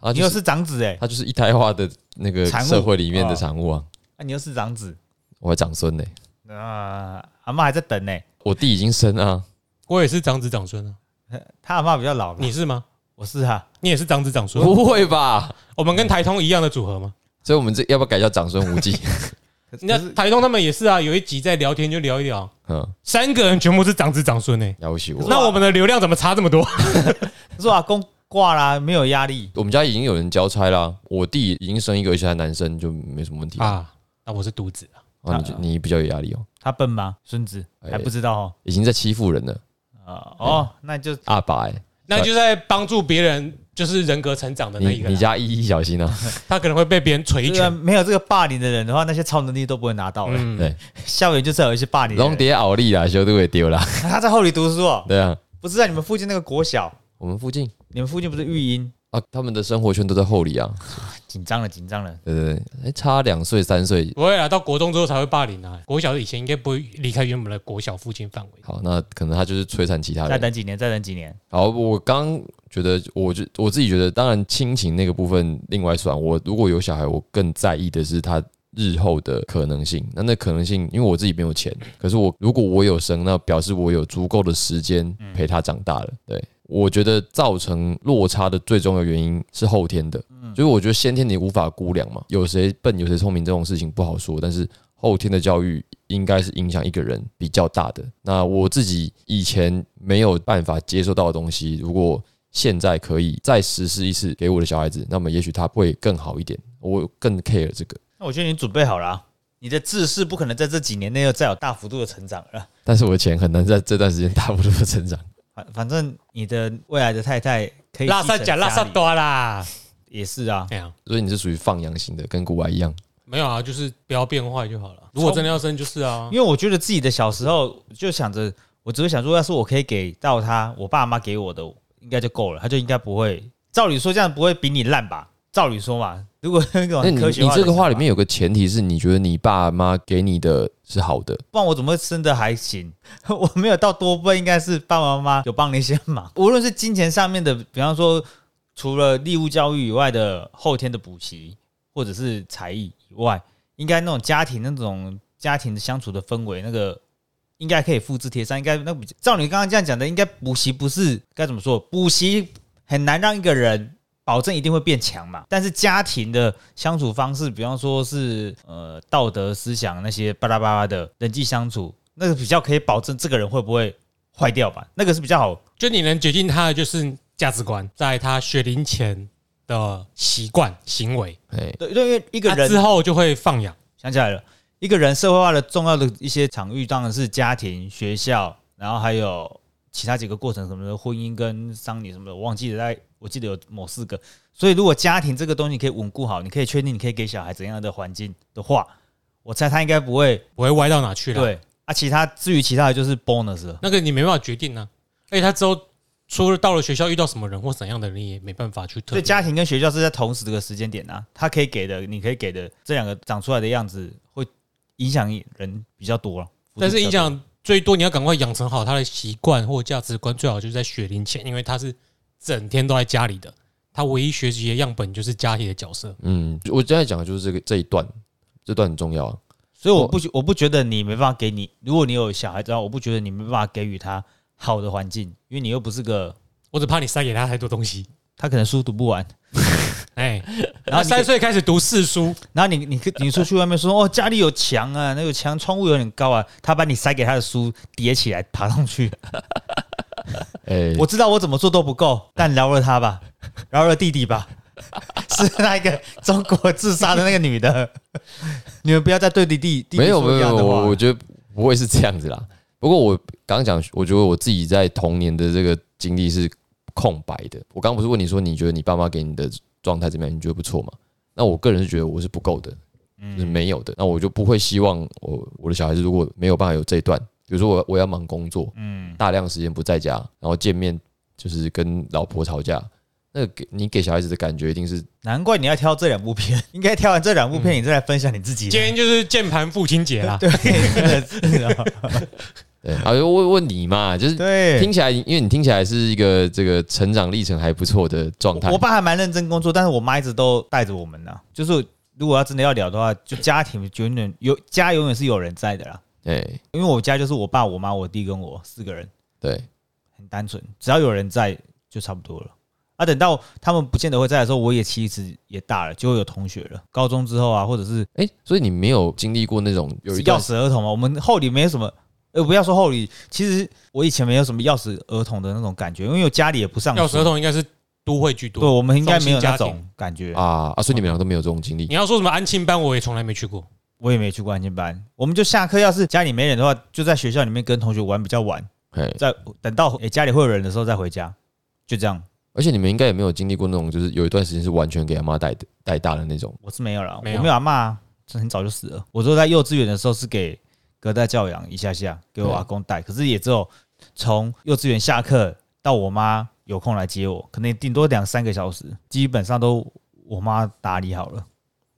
他
你
就
又
是
是长子哎，
他就是一胎化的那个
产物
社会里面的产物啊，
啊，你又是长子，
我还长孙呢、欸
啊，阿妈还在等呢，
我弟已经生啊，
我也是长子长孙啊，
他阿妈比较老了，
你是吗？
我是啊，
你也是长子长孙？
不会吧？
我们跟台通一样的组合吗？
所以我们这要不要改叫长孙无忌？
那
可是
台通他们也是啊，有一集在聊天就聊一聊，
嗯，
三个人全部是长子长孙呢。
要挟
可
我
是。
那我们的流量怎么差这么多？
可是我阿啊公挂啦，没有压力，
我们家已经有人交差啦，我弟已经生一个，而且还男生，就没什么问题啊。
啊，那我是独子啊，
啊，你就你比较有压力哦，
他笨吗？孙子
哎嗯
还不知道哦，
已经在欺负人了，
啊哦，那就
阿爸哎，
那就在帮助别人，就是人格成长的那一
你
个
你
人啊，
家一一小心啊，
他可能会被别人捶一
这个
拳。
呃没有这个霸凌的人的话，那些超能力都不会拿到了。
嗯，
对，
校园就是有一些霸凌
啊
的
龙
人，
蝶奥利啦，修都给丢啦，
他在后里读书哦，
对啊，
不是在你们附近那个国小，
我们附近
你们附近不是育英？
啊，他们的生活圈都在后里啊，
紧张了，紧张了。
对对对，哎，差两岁三岁，
不会啊，到国中之后才会霸凌啊。国小以前应该不会离开原本的国小附近范围。
好，那可能他就是摧残其他
再
人。
等几年，再等几年，
好，我刚觉得，我就我自己觉得，当然亲情那个部分另外算。我如果有小孩，我更在意的是他日后的可能性。那那可能性，因为我自己没有钱，可是我如果我有生，那表示我有足够的时间陪他长大了。对，我觉得造成落差的最重要原因是后天的，就是我觉得先天你无法估量嘛，有谁笨有谁聪明这种事情不好说，但是后天的教育应该是影响一个人比较大的。那我自己以前没有办法接受到的东西，如果现在可以再实施一次给我的小孩子，那么也许他会更好一点，我更 care 这个。
那我觉得你准备好了啊、你的智识不可能在这几年内又再有大幅度的成长了。
但是我的钱很难在这段时间大幅度的 成长。
反反正你的未来的太太可以
拉
继
萨
承
假拉
家
萨
里
多啦，
也是啊，
哎呀，
所以你是属于放羊型的，跟古玩一样。
没有啊，就是不要变坏就好了。如果真的要生，就是啊
因，为我觉得自己的小时候就想着，我只会想说，要是我可以给到他，我爸妈给我的应该就够了，他就应该不会。照理说这样不会比你烂吧？照理说嘛，如果那个
那你
科学
你
化的
这个
想
话里
法
面，有个前提是你觉得你爸妈给你的是好的，
不然我怎么会生的还行？ 我没有到多笨，应该是爸爸妈妈有帮了一些忙， 无论是金钱上面的，比方说除了义务教育以外的后天的补习或者是才艺以外，应该那种家庭那种家庭的相处的氛围那个。应该可以复制贴上，应该那比照你刚刚这样讲的，应该补习不是该怎么说？补习很难让一个人保证一定会变强嘛。但是家庭的相处方式，比方说是呃道德思想那些巴拉巴拉的人际相处，那个比较可以保证这个人会不会坏掉吧？那个是比较好。
就你能决定他的就是价值观，在他学龄前的习惯行为，
哎，
对，因为一个
他
人
之后就会放养。
想起来了，一个人社会化的重要的一些场域，当然是家庭、学校，然后还有其他几个过程什么的，婚姻跟丧礼什么的，我忘记了，大概我记得有某四个。所以，如果家庭这个东西可以稳固好，你可以确定你可以给小孩怎样的环境的话，我猜他应该不会
不会歪到哪去了。，
对啊。其他至于其他的就是 bonus 了。
那个你没办法决定啊。而且他之后除了到了学校遇到什么人或怎样的人，你也没办法去特
所以
别。
家庭跟学校是在同时这个时间点啊，他可以给的，你可以给的这两个长出来的样子，会影响人比较多了。
但是
影
影
响
响最多，你要赶快养成好他的习惯或价值观，最好就是在学龄前，因为他是整天都在家里的，他唯一学习的样本就是家里的角色。
嗯，我现在讲的就是这个这一段，这段很重要啊。
所以我不觉我不觉得你没办法给你，如果你有小孩之后，我不觉得你没办法给予他好的环境，因为你又不是个
我只怕你塞给他太多东西。
他可能书读不完，
哎，
然后
然后
你
三岁开始读四书，
然后你你你出去外面说哦家里有墙啊，那个墙窗户有点高啊，他把你塞给他的书叠起来爬上去，
哎，
我知道我怎么做都不
嗯
够，但饶了 他吧，饶了弟弟吧。 是那个中国自杀的那个女 的，你们不要再对弟弟弟弟
没有
说
没有，
一
没
样
有
的话
我我。觉得不会是这样子啦。不过我刚刚讲，我觉得我自己在童年的这个经历是空白的。我刚刚不是问你说，你觉得你爸妈给你的状态怎么样？你觉得不错吗？那我个人是觉得我是不够的，
嗯
就是没有的。那我就不会希望我我的小孩子如果没有办法有这一段，比如说我我要忙工作，
嗯，
大量时间不在家，然后见面就是跟老婆吵架，那个给你给小孩子的感觉一定是
难怪你要挑这两部片， 应该挑完这两部
嗯
片，你再来分享你自己的。
今天就是键盘父亲节啦。
对，真的是啊，
对，啊，就问问你嘛，就是
对
听。起来，因为你听起来是一个这个成长历程还不错的状态
我。爸还蛮认真工作，但是我妈一直都带着我们呢、啊就是如果要真的要聊的话，就家庭永远有家永远是有人在的啦。
哎，
因为我家就是我爸、我妈、我弟跟我四个人，
对，
很单纯，只要有人在就差不多了。啊，等到他们不见得会在的时候，我也其实也大了，就会有同学了。高中之后啊，或者是
哎，所以你没有经历过那种有一
是
段
钥匙儿童嘛，我们后里没有什么。呃，不要说后里，其实我以前没有什么钥匙儿童的那种感觉，因为我家里也不上
要舌
学
头应该是都会居
对，
多。
我们应该没有那
双薪家
种感觉。
啊啊，所以你们两个都没有这种经历
你。要说什么安亲班，我也从来没去过。
我也没去过安亲班，我们就下课，要是家里没人的话，就在学校里面跟同学玩比较晚，
哎，
在等到、诶家里会有人的时候再回家，就这样。
而且你们应该也没有经历过那种，就是有一段时间是完全给阿妈带的带大的那种。
我是没有了，
没有
我没有阿妈、啊，这很早就死了。我说在幼稚园的时候是给隔代教养一下下，给我
对
阿公带，可是也只有从幼稚园下课到我妈有空来接我，可能顶多两三个小时，基本上都我妈打理好了。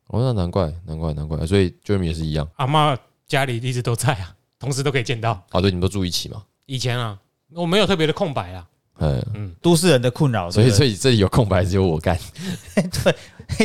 哦，那难怪，难怪，难怪。所以 Jeremy 也是一样。
阿妈家里一直都在啊， 同时都可以见到。
啊，对，你们都住一起嘛。
以前啊，我没有特别的空白啊，
哎，
都市人的困扰，
所以
对不对
所以这里有空白只有我干。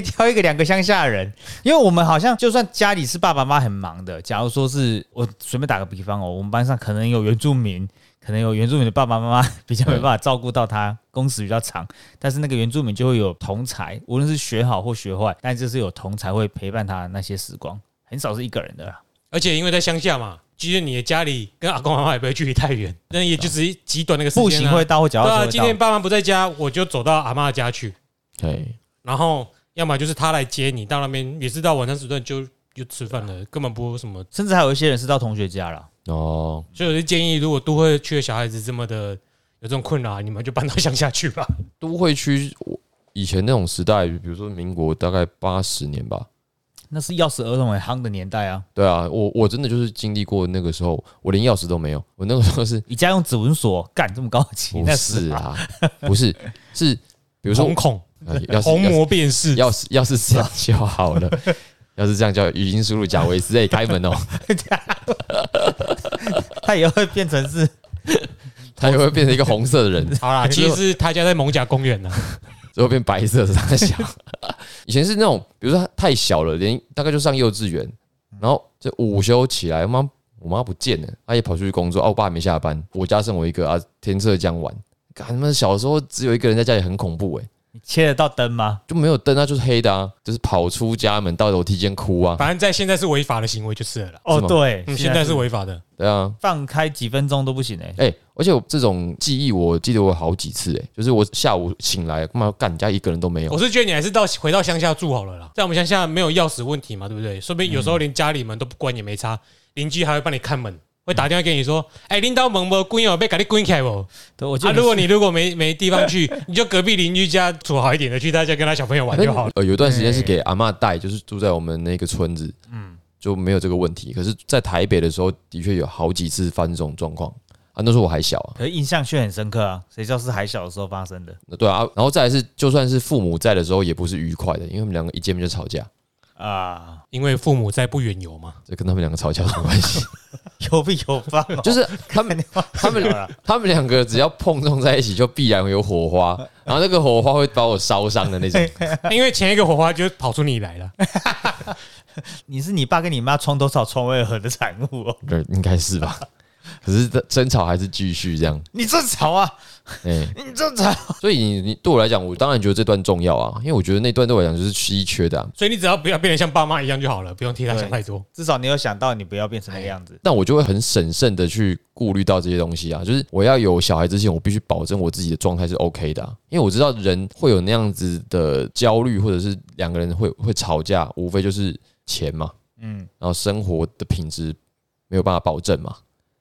挑一个两个乡下人，因为我们好像就算家里是爸爸妈妈很忙的，假如说是我随便打个比方哦，我们班上可能有原住民，可能有原住民的爸爸妈妈比较没办法照顾到他，工时比较长，但是那个原住民就会有同才，无论是学好或学坏，但就是有同才会陪伴他的那些时光，很少是一个人的啦。
而且因为在乡下嘛，其实你的家里跟阿公阿妈也不会距离太远，那也就只是极短那个时间、啊。
步行会到或脚
对啊，
踏车
今
会
天
到，
爸妈不在家，我就走到阿妈家去，
哎，
然后要么就是他来接你到那边，也是到晚上时段就就吃饭了，根本不什么。
甚至还有一些人是到同学家了。
哦，
所以我就建议，如果都会区的小孩子这么的有这种困扰，你们就搬到乡下去吧。
都会区我以前那种时代，比如说民国大概八十年吧，
那是钥匙儿童很夯的年代啊！
对啊，我我真的就是经历过那个时候，我连钥匙都没有，我那个时候是
你家用指纹锁，干这么高级？
不
那
是啊？不是，是比如说
瞳孔、
呃要是
虹
要是
膜辨识，
要是要是这样就好了，要是这样叫语音输入贾维斯，哎，开门哦，
它也会变成是
他也会变成一个红色的人，
好啦，其实是他家在蒙甲公园呢、啊
最后变白色的大小。 以前是那种，比如说他太小了，连大概就上幼稚园，然后就午休起来，妈我妈不见了，她也跑出去工作，啊，我爸也没下班，我家剩我一个啊，天色将晚。干他妈小时候只有一个人在家里很恐怖诶、欸
你切得到灯吗？
就没有灯啊，就是黑的啊，就是跑出家门到楼梯间哭啊，
反正在现在是违法的行为就是了啦。
哦，
吗
对，
嗯，现在是违法的，
对啊，
放开几分钟都不行哎、
哎、而且我这种记忆，我记得我有好几次、哎，就是我下午醒来，干嘛干，你家一个人都没有
我，是觉得你还是到回到乡下住好了啦，在我们乡下没有钥匙问题嘛，对不对？说不定有时候连家里门都不关也没差，邻居还会帮你看门，会打电话给你说：“哎、领导门没关哦，被赶紧关起来哦。”
对，我记
啊，
得
如果你如果没没地方去，你就隔壁邻居家住好一点的，去他家跟他小朋友玩就好了。
呃，有一段时间是给阿嬷带，就是住在我们那个村子，
嗯
嗯，就没有这个问题。可是，在台北的时候，的确有好几次发生这种状况啊，那时候我还小啊，
可是印象却很深刻啊，谁知道是还小的时候发生的
对啊，然后再来是，就算是父母在的时候，也不是愉快的，因为他们两个一见面就吵架，
啊？
因为父母在不远游嘛，
这跟他们两个吵架有什么关系？
有必有方、哦，
就是他们他们
了
他们两个只要碰撞在一起，就必然会有火花，然后那个火花会把我烧伤的那种。
因为前一个火花就跑出你来了，
你是你爸跟你妈床头吵床尾和的产物哦，
呃，应该是吧。可是这争吵还是继续这样，
你正常啊，
哎、
你正常。
所以你你对我来讲，我当然觉得这段重要啊，因为我觉得那段对我来讲就是稀缺的、啊。
所以你只要不要变得像爸妈一样就好了，不用替他想太多。
至少你有想到你不要变成那个样
哎
子，
但我就会很审慎的去顾虑到这些东西啊，就是我要有小孩之前，我必须保证我自己的状态是 OK 的啊、因为我知道人会有那样子的焦虑，或者是两个人会会吵架，无非就是钱嘛，
嗯，
然后生活的品质没有办法保证嘛。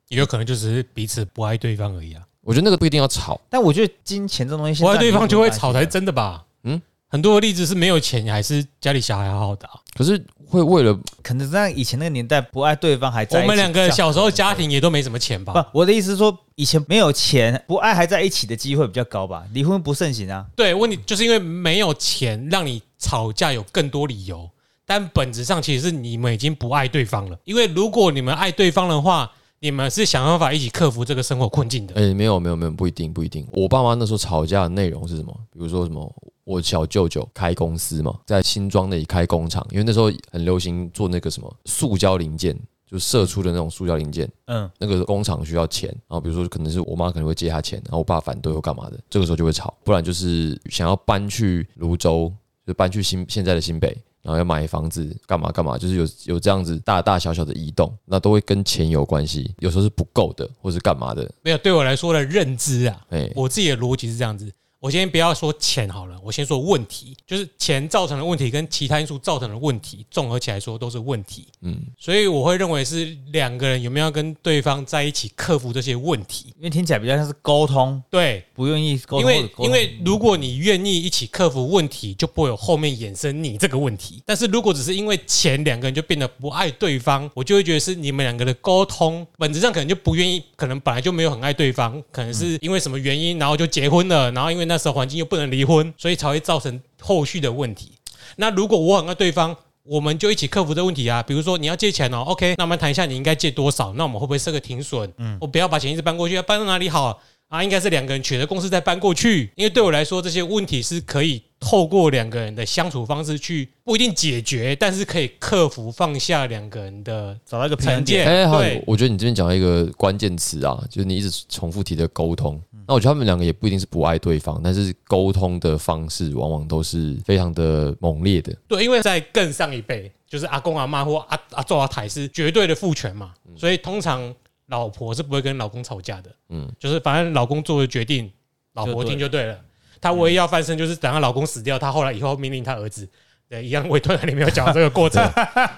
也有可能就只是彼此不爱对方而已啊，
我觉得那个不一定要吵，
但我觉得金钱这种东西，
不爱对方就会吵才是真的吧？嗯
嗯，
很多的例子是没有钱还是家里小孩好好的啊、
可是会为了
可能在以前那个年代，不爱对方还在一
我
起
们两个
这样
小时候家庭也都没什么钱吧？
不，我的意思是说，以前没有钱，不爱还在一起的机会比较高吧？离婚不盛行啊，
对，问题就是因为没有钱，让你吵架有更多理由，但本质上其实是你们已经不爱对方了。因为如果你们爱对方的话，你们是想办法一起克服这个生活困境的。
哎、没有没有没有，不一定不一定。我爸妈那时候吵架的内容是什么？比如说什么，我小舅舅开公司嘛，在新庄那里开工厂，因为那时候很流行做那个什么塑胶零件，就射出的那种塑胶零件。
嗯，
那个工厂需要钱，然后比如说可能是我妈可能会借他钱，然后我爸反对或干嘛的，这个时候就会吵。不然就是想要搬去泸州，就搬去新现在的新北。然后要买房子，干嘛干嘛，就是有有这样子大大小小的移动，那都会跟钱有关系，有时候是不够的，或是干嘛的，
没有对我来说的认知啊，
哎、
我自己的逻辑是这样子。我先不要说钱好了，我先说问题，就是钱造成的问题跟其他因素造成的问题，综合起来说都是问题。
嗯，
所以我会认为是两个人有没有跟对方在一起克服这些问题。
因为听起来比较像是沟通，
对，
不愿意沟通，
因为
沟通
因为如果你愿意一起克服问题，就不会有后面衍生你这个问题。但是如果只是因为钱两个人就变得不爱对方，我就会觉得是你们两个的沟通本质上可能就不愿意，可能本来就没有很爱对方，可能
嗯
是因为什么原因，然后就结婚了，然后因为那时候环境又不能离婚，所以才会造成后续的问题。那如果我很爱对方，我们就一起克服这个问题啊。比如说你要借钱哦，OK，那我们谈一下你应该借多少，那我们会不会设个停损？嗯，我不要把钱一直搬过去，要搬到哪里好啊？应该是两个人取得共识再搬过去。因为对我来说，这些问题是可以透过两个人的相处方式去不一定解决，但是可以克服放下两个人的
找到一个平衡
成
点。
见。
哎、好
对，，
我觉得你这边讲到一个关键词啊，就是你一直重复提的沟通。那我觉得他们两个也不一定是不爱对方，但是沟通的方式往往都是非常的猛烈的。
对，因为在更上一辈，就是阿公阿妈或阿阿祖阿台是绝对的父权嘛，所以通常老婆是不会跟老公吵架的。嗯
嗯，
就是反正老公做的决定，老婆听就对了。她唯一要翻身就是等她老公死掉，她后来以后命令她儿子。对，一样委托里面有讲到这个过 程，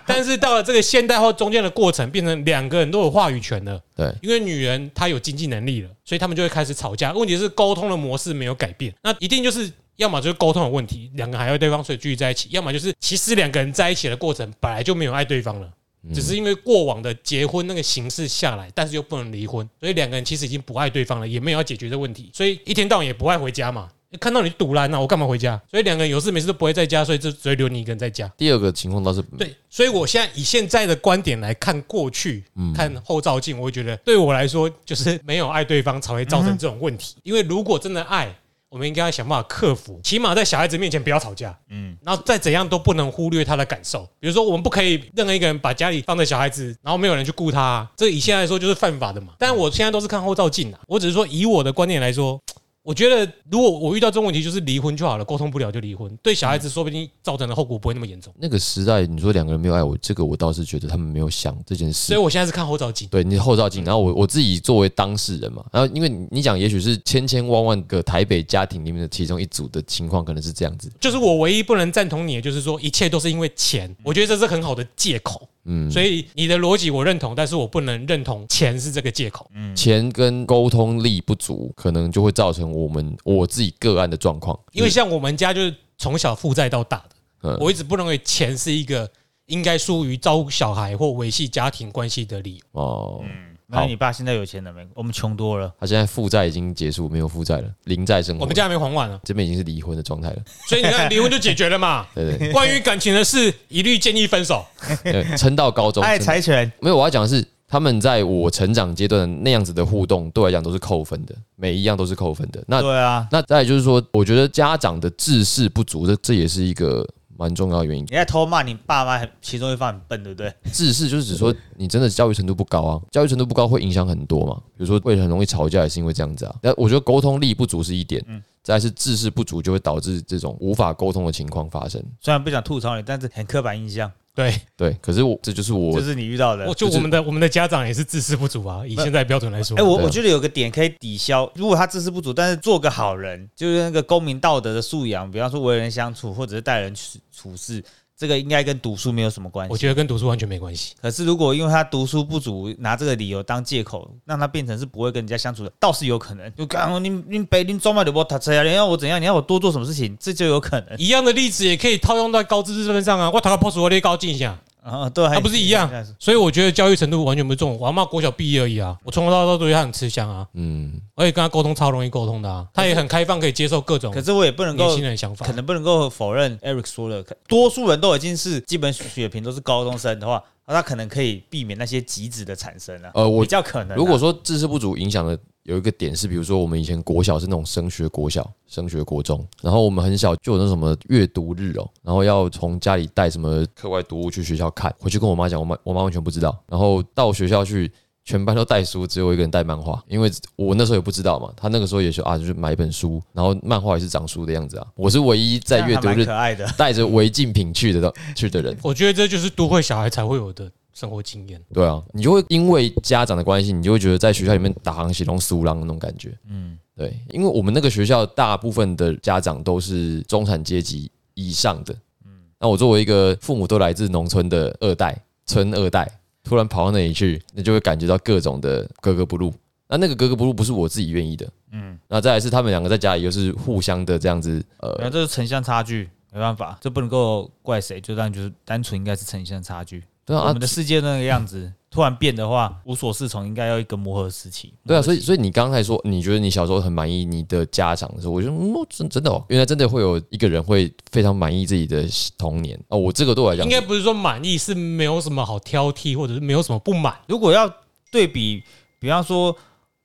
但是到了这个现代化中间的过程，变成两个人都有话语权了。
对，
因为女人她有经济能力了，所以他们就会开始吵架。问题是沟通的模式没有改变，那一定就是要么就是沟通有问题，两个人还要对方，所以继续在一起；要么就是其实两个人在一起的过程本来就没有爱对方了。只是因为过往的结婚那个形式下来，但是又不能离婚，所以两个人其实已经不爱对方了，也没有要解决这问题，所以一天到晚也不爱回家嘛。看到你堵拦了，啊我干嘛回家？所以两个人有事没事都不会在家，所以就只会留你一个人在家。
第二个情况倒是
对，所以我现在以现在的观点来看过去，看后照镜，我会觉得对我来说，就是没有爱对方才会造成这种问题。因为如果真的爱，我们应该要想办法克服，起码在小孩子面前不要吵架，嗯，然后再怎样都不能忽略他的感受。比如说，我们不可以任何一个人把家里放着小孩子，然后没有人去顾他、这以现在来说就是犯法的嘛。但我现在都是看后照镜啊，我只是说以我的观念来说，我觉得，如果我遇到这种问题，就是离婚就好了，沟通不了就离婚，对小孩子说不定造成的后果不会那么严重。
那个时代，你说两个人没有爱我，这个我倒是觉得他们没有想这件
所
事。
以我现在是看后照镜。
对你后照
嗯
镜，然后我我自己作为当事人嘛，然后因为你你讲，也许是千千万万个台北家庭里面的其中一组的情况，可能是这样子。
就是我唯一不能赞同你，的就是说一切都是因为钱，我觉得这是很好的借口。
嗯，
所以你的逻辑我认同，但是我不能认同钱是这个借
嗯
口。
钱跟沟通力不足，可能就会造成我们我自己个案的状况。
因为像我们家就是从小负债到大的
嗯，
我一直不认为钱是一个应该疏于照顾小孩或维系家庭关系的理由。
哦，
那
好
你爸现在有钱了没？我们穷多了。
他现在负债已经结束，没有负债了，零债生活。
我们家还没还完啊，
这边已经是离婚的状态了，
所以你看离婚就解决了嘛。
对对
关于感情的事，一律建议分手。
对，呃撑到高中。
哎
爱
撑到
财权，
没有，我要讲的是，他们在我成长阶段那样子的互动，对我来讲都是扣分的，每一样都是扣分的。那
对啊，
那再来就是说，我觉得家长的知识不足，这这也是一个蛮重要的原因。
你在偷骂你爸妈，其中一方很笨，对不 对？
知识就是指说，你真的教育程度不高啊，教育程度不高会影响很多嘛。比如说，为了很容易吵架，也是因为这样子啊。那我觉得沟通力不足是一点，
嗯
再来是知识不足，就会导致这种无法沟通的情况发生。
虽然不想吐槽你，但是很刻板印象，
对，
对，可是我这就是我
这是你遇到的
我。就
就是
我们的我们的家长也是自私不足啊，以现在标准来说
哎、。我
对啊
我觉得有个点可以抵消，如果他知识不足，但是做个好人，就是那个公民道德的素养，比方说为人相处，或者是待人处处事，这个应该跟读书没有什么关
我
系。
觉得跟读书完全没关系。
可是如果因为他读书不足，拿这个理由当借口，让他变成是不会跟人家相处的，倒是有可能。就刚你你北京装满的我他车啊，你要我怎样？你要我多做什么事情？这就有可 能
一样的例子也可以套用到高知识身上啊，我讨厌 POS 我列高进一下，
啊、对啊，
它不是一样
你你
所以我觉得教育程度完全不重。我阿妈国小毕业而已啊，我从头到大都对她很吃香啊，
嗯，
而且跟她沟通超容易沟通的啊，她也很开放，可以接受各种
可是我也不能
年
够
轻。人的想法
可。能不能够否认 Eric 说的，可多数人都已经是基本水平都是高中生的话，那他可能可以避免那些极致的产生啊。
呃，我
比较可能啊、
如果说知识不足影响的有一个点是，比如说我们以前国小是那种升学国小、升学国中，然后我们很小就有那什么阅读日哦，然后要从家里带什么课外读物去学校看，回去跟我妈讲，我妈我妈完全不知道，然后到学校去。全班都带书，只有我一个人带漫画，因为我那时候也不知道嘛。他那个时候也说啊，就是买一本书，然后漫画也是长书的样子啊。我是唯一在阅读
这样还蛮
日
可爱的，
带着违禁品去的去的人。
我觉得这就是都会小孩才会有的生活经验。
对啊，你就会因为家长的关系，你就会觉得在学校里面打行血龙苏浪那种感觉。嗯，对，因为我们那个学校大部分的家长都是中产阶级以上的。嗯，那我作为一个父母都来自农村的二代，村二代，突然跑到那里去，那就会感觉到各种的格格不入。那那个格格不入不是我自己愿意的。嗯，那再来是他们两个在家里又是互相的这样子，
然后
呃，
这是城乡差距，没办法，这不能够怪谁，就当然就是单纯应该是城乡差距。
对
我
啊
们，的世界那个样子突然变的话，无所适从，应该要一个磨合时期。嗯
对啊，所以所以你刚才说你觉得你小时候很满意你的家长的时候，我就嗯，哦真真的哦，原来真的会有一个人会非常满意自己的童年哦。我这个对我来讲
应该不是说满意，是没有什么好挑剔，或者是没有什么不满。
如果要对比，比方说。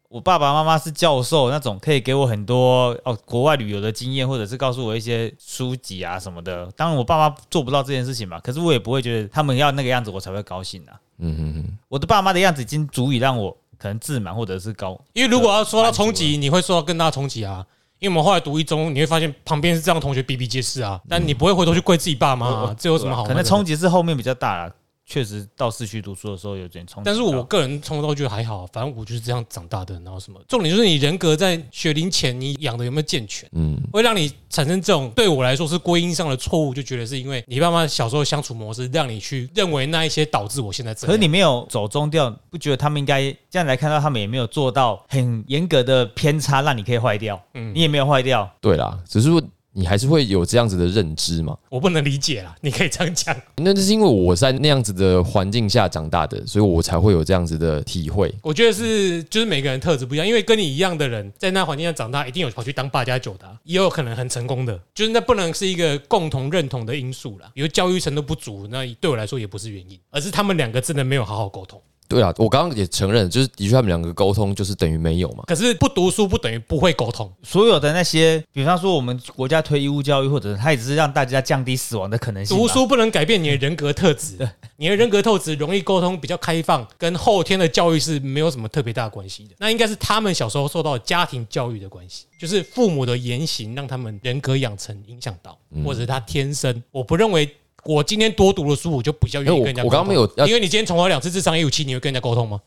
我爸爸妈妈是教授那种，可以给我很多哦国外旅游的经验，或者是告诉我一些书籍啊什么的。当然，我爸妈做不到这件事情嘛，可是我也不会觉得他们要那个样子，我才会高兴啊。
嗯哼哼，
我的爸妈的样子已经足以让我可能自满，或者是高。
因为如果要说到冲击，你会受到更大的冲击啊。因为我们后来读一中，你会发现旁边是这样的同学比比皆是啊，但你不会回头去怪自己爸妈、啊，这有什么好？
可能冲，击是后面比较大了，确实到市区读书的时候有点冲击到。
但是我个人从头到尾觉得还好，啊反正我就是这样长大的，然后什么，重点就是你人格在学龄前你养的有没有健全。
嗯，
会让你产生这种对我来说是归因上的错误，就觉得是因为你爸妈小时候相处模式让你去认为那一些导致我现在这样。
可是你没有走中调，不觉得他们应该这样来看到他们也没有做到很严格的偏差，让你可以坏掉，
嗯
你也没有坏掉。
对啦，只是说你还是会有这样子的认知嘛。
我不能理解啦，你可以这样讲。
那就是因为我在那样子的环境下长大的，所以我才会有这样子的体会。
我觉得是就是每个人特质不一样，因为跟你一样的人在那环境下长大，一定有跑去当八加九的啊、也有可能很成功的，就是那不能是一个共同认同的因素啦。比如教育程度不足，那对我来说也不是原因，而是他们两个真的没有好好沟通。
对啦，我刚刚也承认，就是的确他们两个沟通就是等于没有嘛。
可是不读书不等于不会沟通，
所有的那些，比方说我们国家推义务教育，或者它也只是让大家降低死亡的可能性吧。
读书不能改变你的人格特质，你的人格特质容易沟通，比较开放，跟后天的教育是没有什么特别大的关系的。那应该是他们小时候受到家庭教育的关系，就是父母的言行让他们人格养成影响到，
嗯
或者是他天生。我不认为我今天多读了书，我就比较愿意
哎我
跟人家沟
我
通。
刚刚没有要
因为你今天重考两次智商一五七，你会跟人家沟通吗？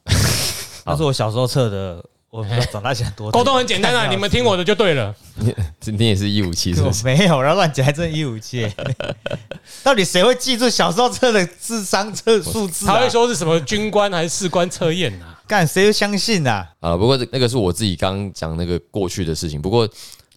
那是我小时候测的，我不知道长大起来多
啊 沟通很 简单啊，你们听我的就对了。
今天也是一五七， 是不
哦
我
是？
没有，然后乱讲，还真一五七。到底谁会记住小时候测的智商测数字、啊？
他会说是什么军官还是士官测验啊？
干，谁会相信啊？
啊，不过这那个是我自己刚刚讲那个过去的事情。不过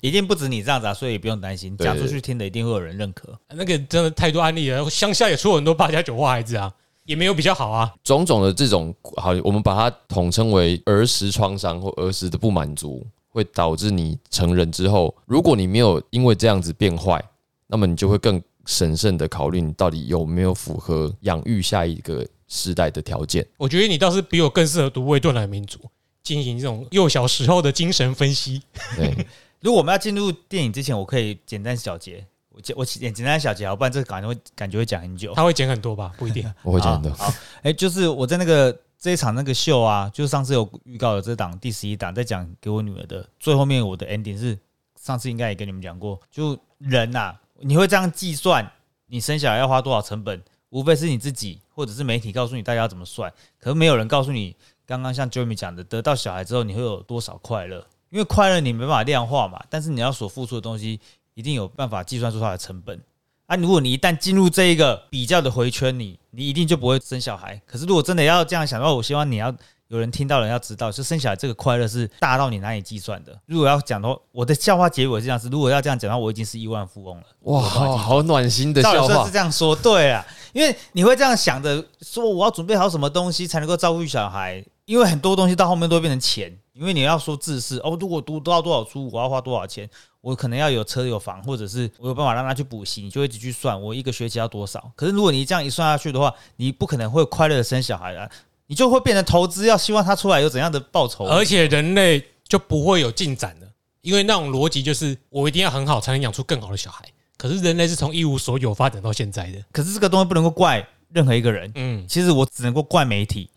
一定不止你这样子啊，所以也不用担心，
对
讲出去听的一定会有人认可。
那个真的太多案例了，乡下也出了很多八加九坏孩子啊，也没有比较好啊。
种种的这种，好，我们把它统称为儿时创伤或儿时的不满足，会导致你成人之后，如果你没有因为这样子变坏，那么你就会更审慎的考虑你到底有没有符合养育下一个世代的条 件。
我觉得你倒是比我更适合读魏顿来民族，进行这种幼小时候的精神分析。
对，
如果我们要进入电影之前，我可以简单小结，我简我简简单小结好，不然这个感觉会感觉会讲很久。
他会减很多吧？不一定。
我会讲的。
好，好哎、就是我在那个这一场那个秀啊，就是上次有预告的这档第十一档，在讲给我女儿的最后面，我的 ending 是上次应该也跟你们讲过，就人呐、你会这样计算你生小孩要花多少成本，无非是你自己或者是媒体告诉你大家要怎么算，可是没有人告诉你，刚刚像 Jeremy 讲的，得到小孩之后你会有多少快乐？因为快乐你没办法量化嘛，但是你要所付出的东西一定有办法计算出它的成本。啊，如果你一旦进入这一个比较的回圈里，你一定就不会生小孩。可是如果真的要这样想的话，我希望你要有人听到人要知道，就生小孩这个快乐是大到你难以计算的。如果要讲的话，我的笑话结尾是这样子，如果要这样讲的话，我已经是亿万富翁了。
哇，好好暖心的
照
笑
理说
话
是。这样说，对啊，因为你会这样想着，说我要准备好什么东西才能够照顾小孩，因为很多东西到后面都会变成钱，因为你要说自私哦，如果读到多少书，我要花多少钱，我可能要有车有房，或者是我有办法让他去补习，你就会一直去算我一个学期要多少。可是如果你这样一算下去的话，你不可能会快乐的生小孩啊，你就会变成投资，要希望他出来有怎样的报酬。
而且人类就不会有进展了，因为那种逻辑就是我一定要很好才能养出更好的小孩。可是人类是从一无所有发展到现在的。
可是这个东西不能够怪任何一个人，
嗯，
其实我只能够怪媒体。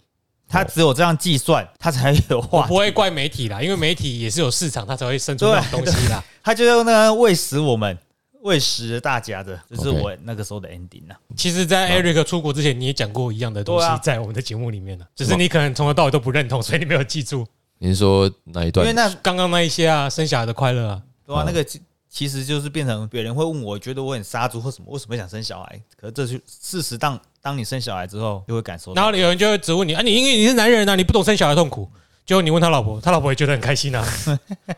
他只有这样计算，他才有
我
话
不会怪媒体啦，因为媒体也是有市场，它才会生出那种东西啦。
他就用那个喂食我们，喂食大家的，这是
OK
我那个时候的 ending 啊。
其实，在 Eric 出国之前，你也讲过一样的东西
对啊，
在我们的节目里面呢，只是你可能从头到尾都不认同，所以你没有记 住
您说哪一
因
段
为？那
刚刚那一些啊，生小孩的快乐啊。
对
嗯
啊，那个其其实就是变成别人会问我，觉得我很杀猪或什么，为什么会想生小孩？可是这是事实当当你生小孩之后，就会感受
然
到。
后有人就会质问你啊，你因为你是男人啊，你不懂生小孩痛苦。结果你问他老婆，他老婆也觉得很开 心啊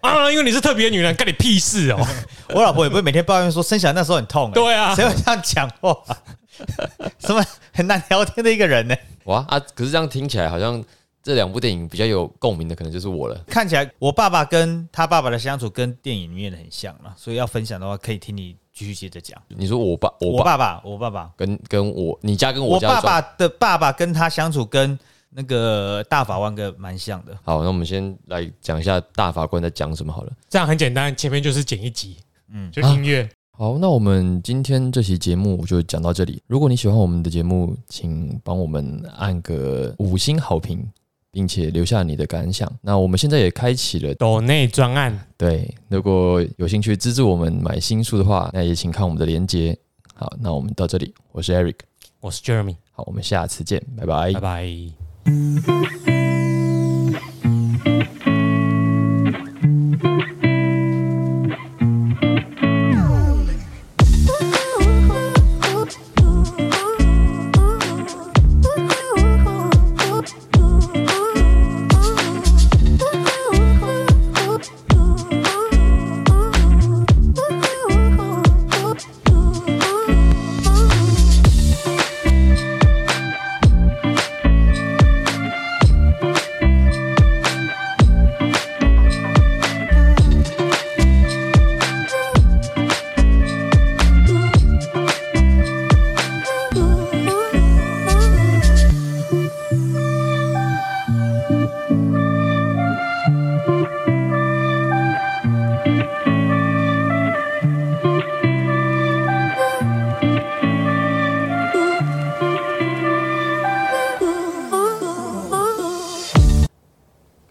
啊，因为你是特别女人，干你屁事哦。
我老婆也不会每天抱怨说生小孩那时候很痛、欸，
对啊
谁会这样讲话？ 什么很难聊天的一个人呢、
哇啊！可是这样听起来好像这两部电影比较有共鸣的，可能就是我了。
看起来我爸爸跟他爸爸的相处跟电影里面的很像嘛，所以要分享的话，可以听你继续接着讲。
你说我爸，我
我
爸
爸爸，我爸爸，
跟跟我，你家跟
我
家的
爸
状
爸的爸爸跟他相处跟那个大法官跟蛮像的。
好，那我们先来讲一下大法官在讲什么好了。
这样很简单，前面就是剪一集，
嗯，
就音乐。
好，那我们今天这期节目就讲到这里。如果你喜欢我们的节目，请帮我们按个五星好评，并且留下你的感想。那我们现在也开启了，
抖内专案，
对，如果有兴趣资助我们买新书的话，那也请看我们的链接。好，那我们到这里，我是 Eric，
我是 Jeremy，
好，我们下次见，拜拜
拜。拜。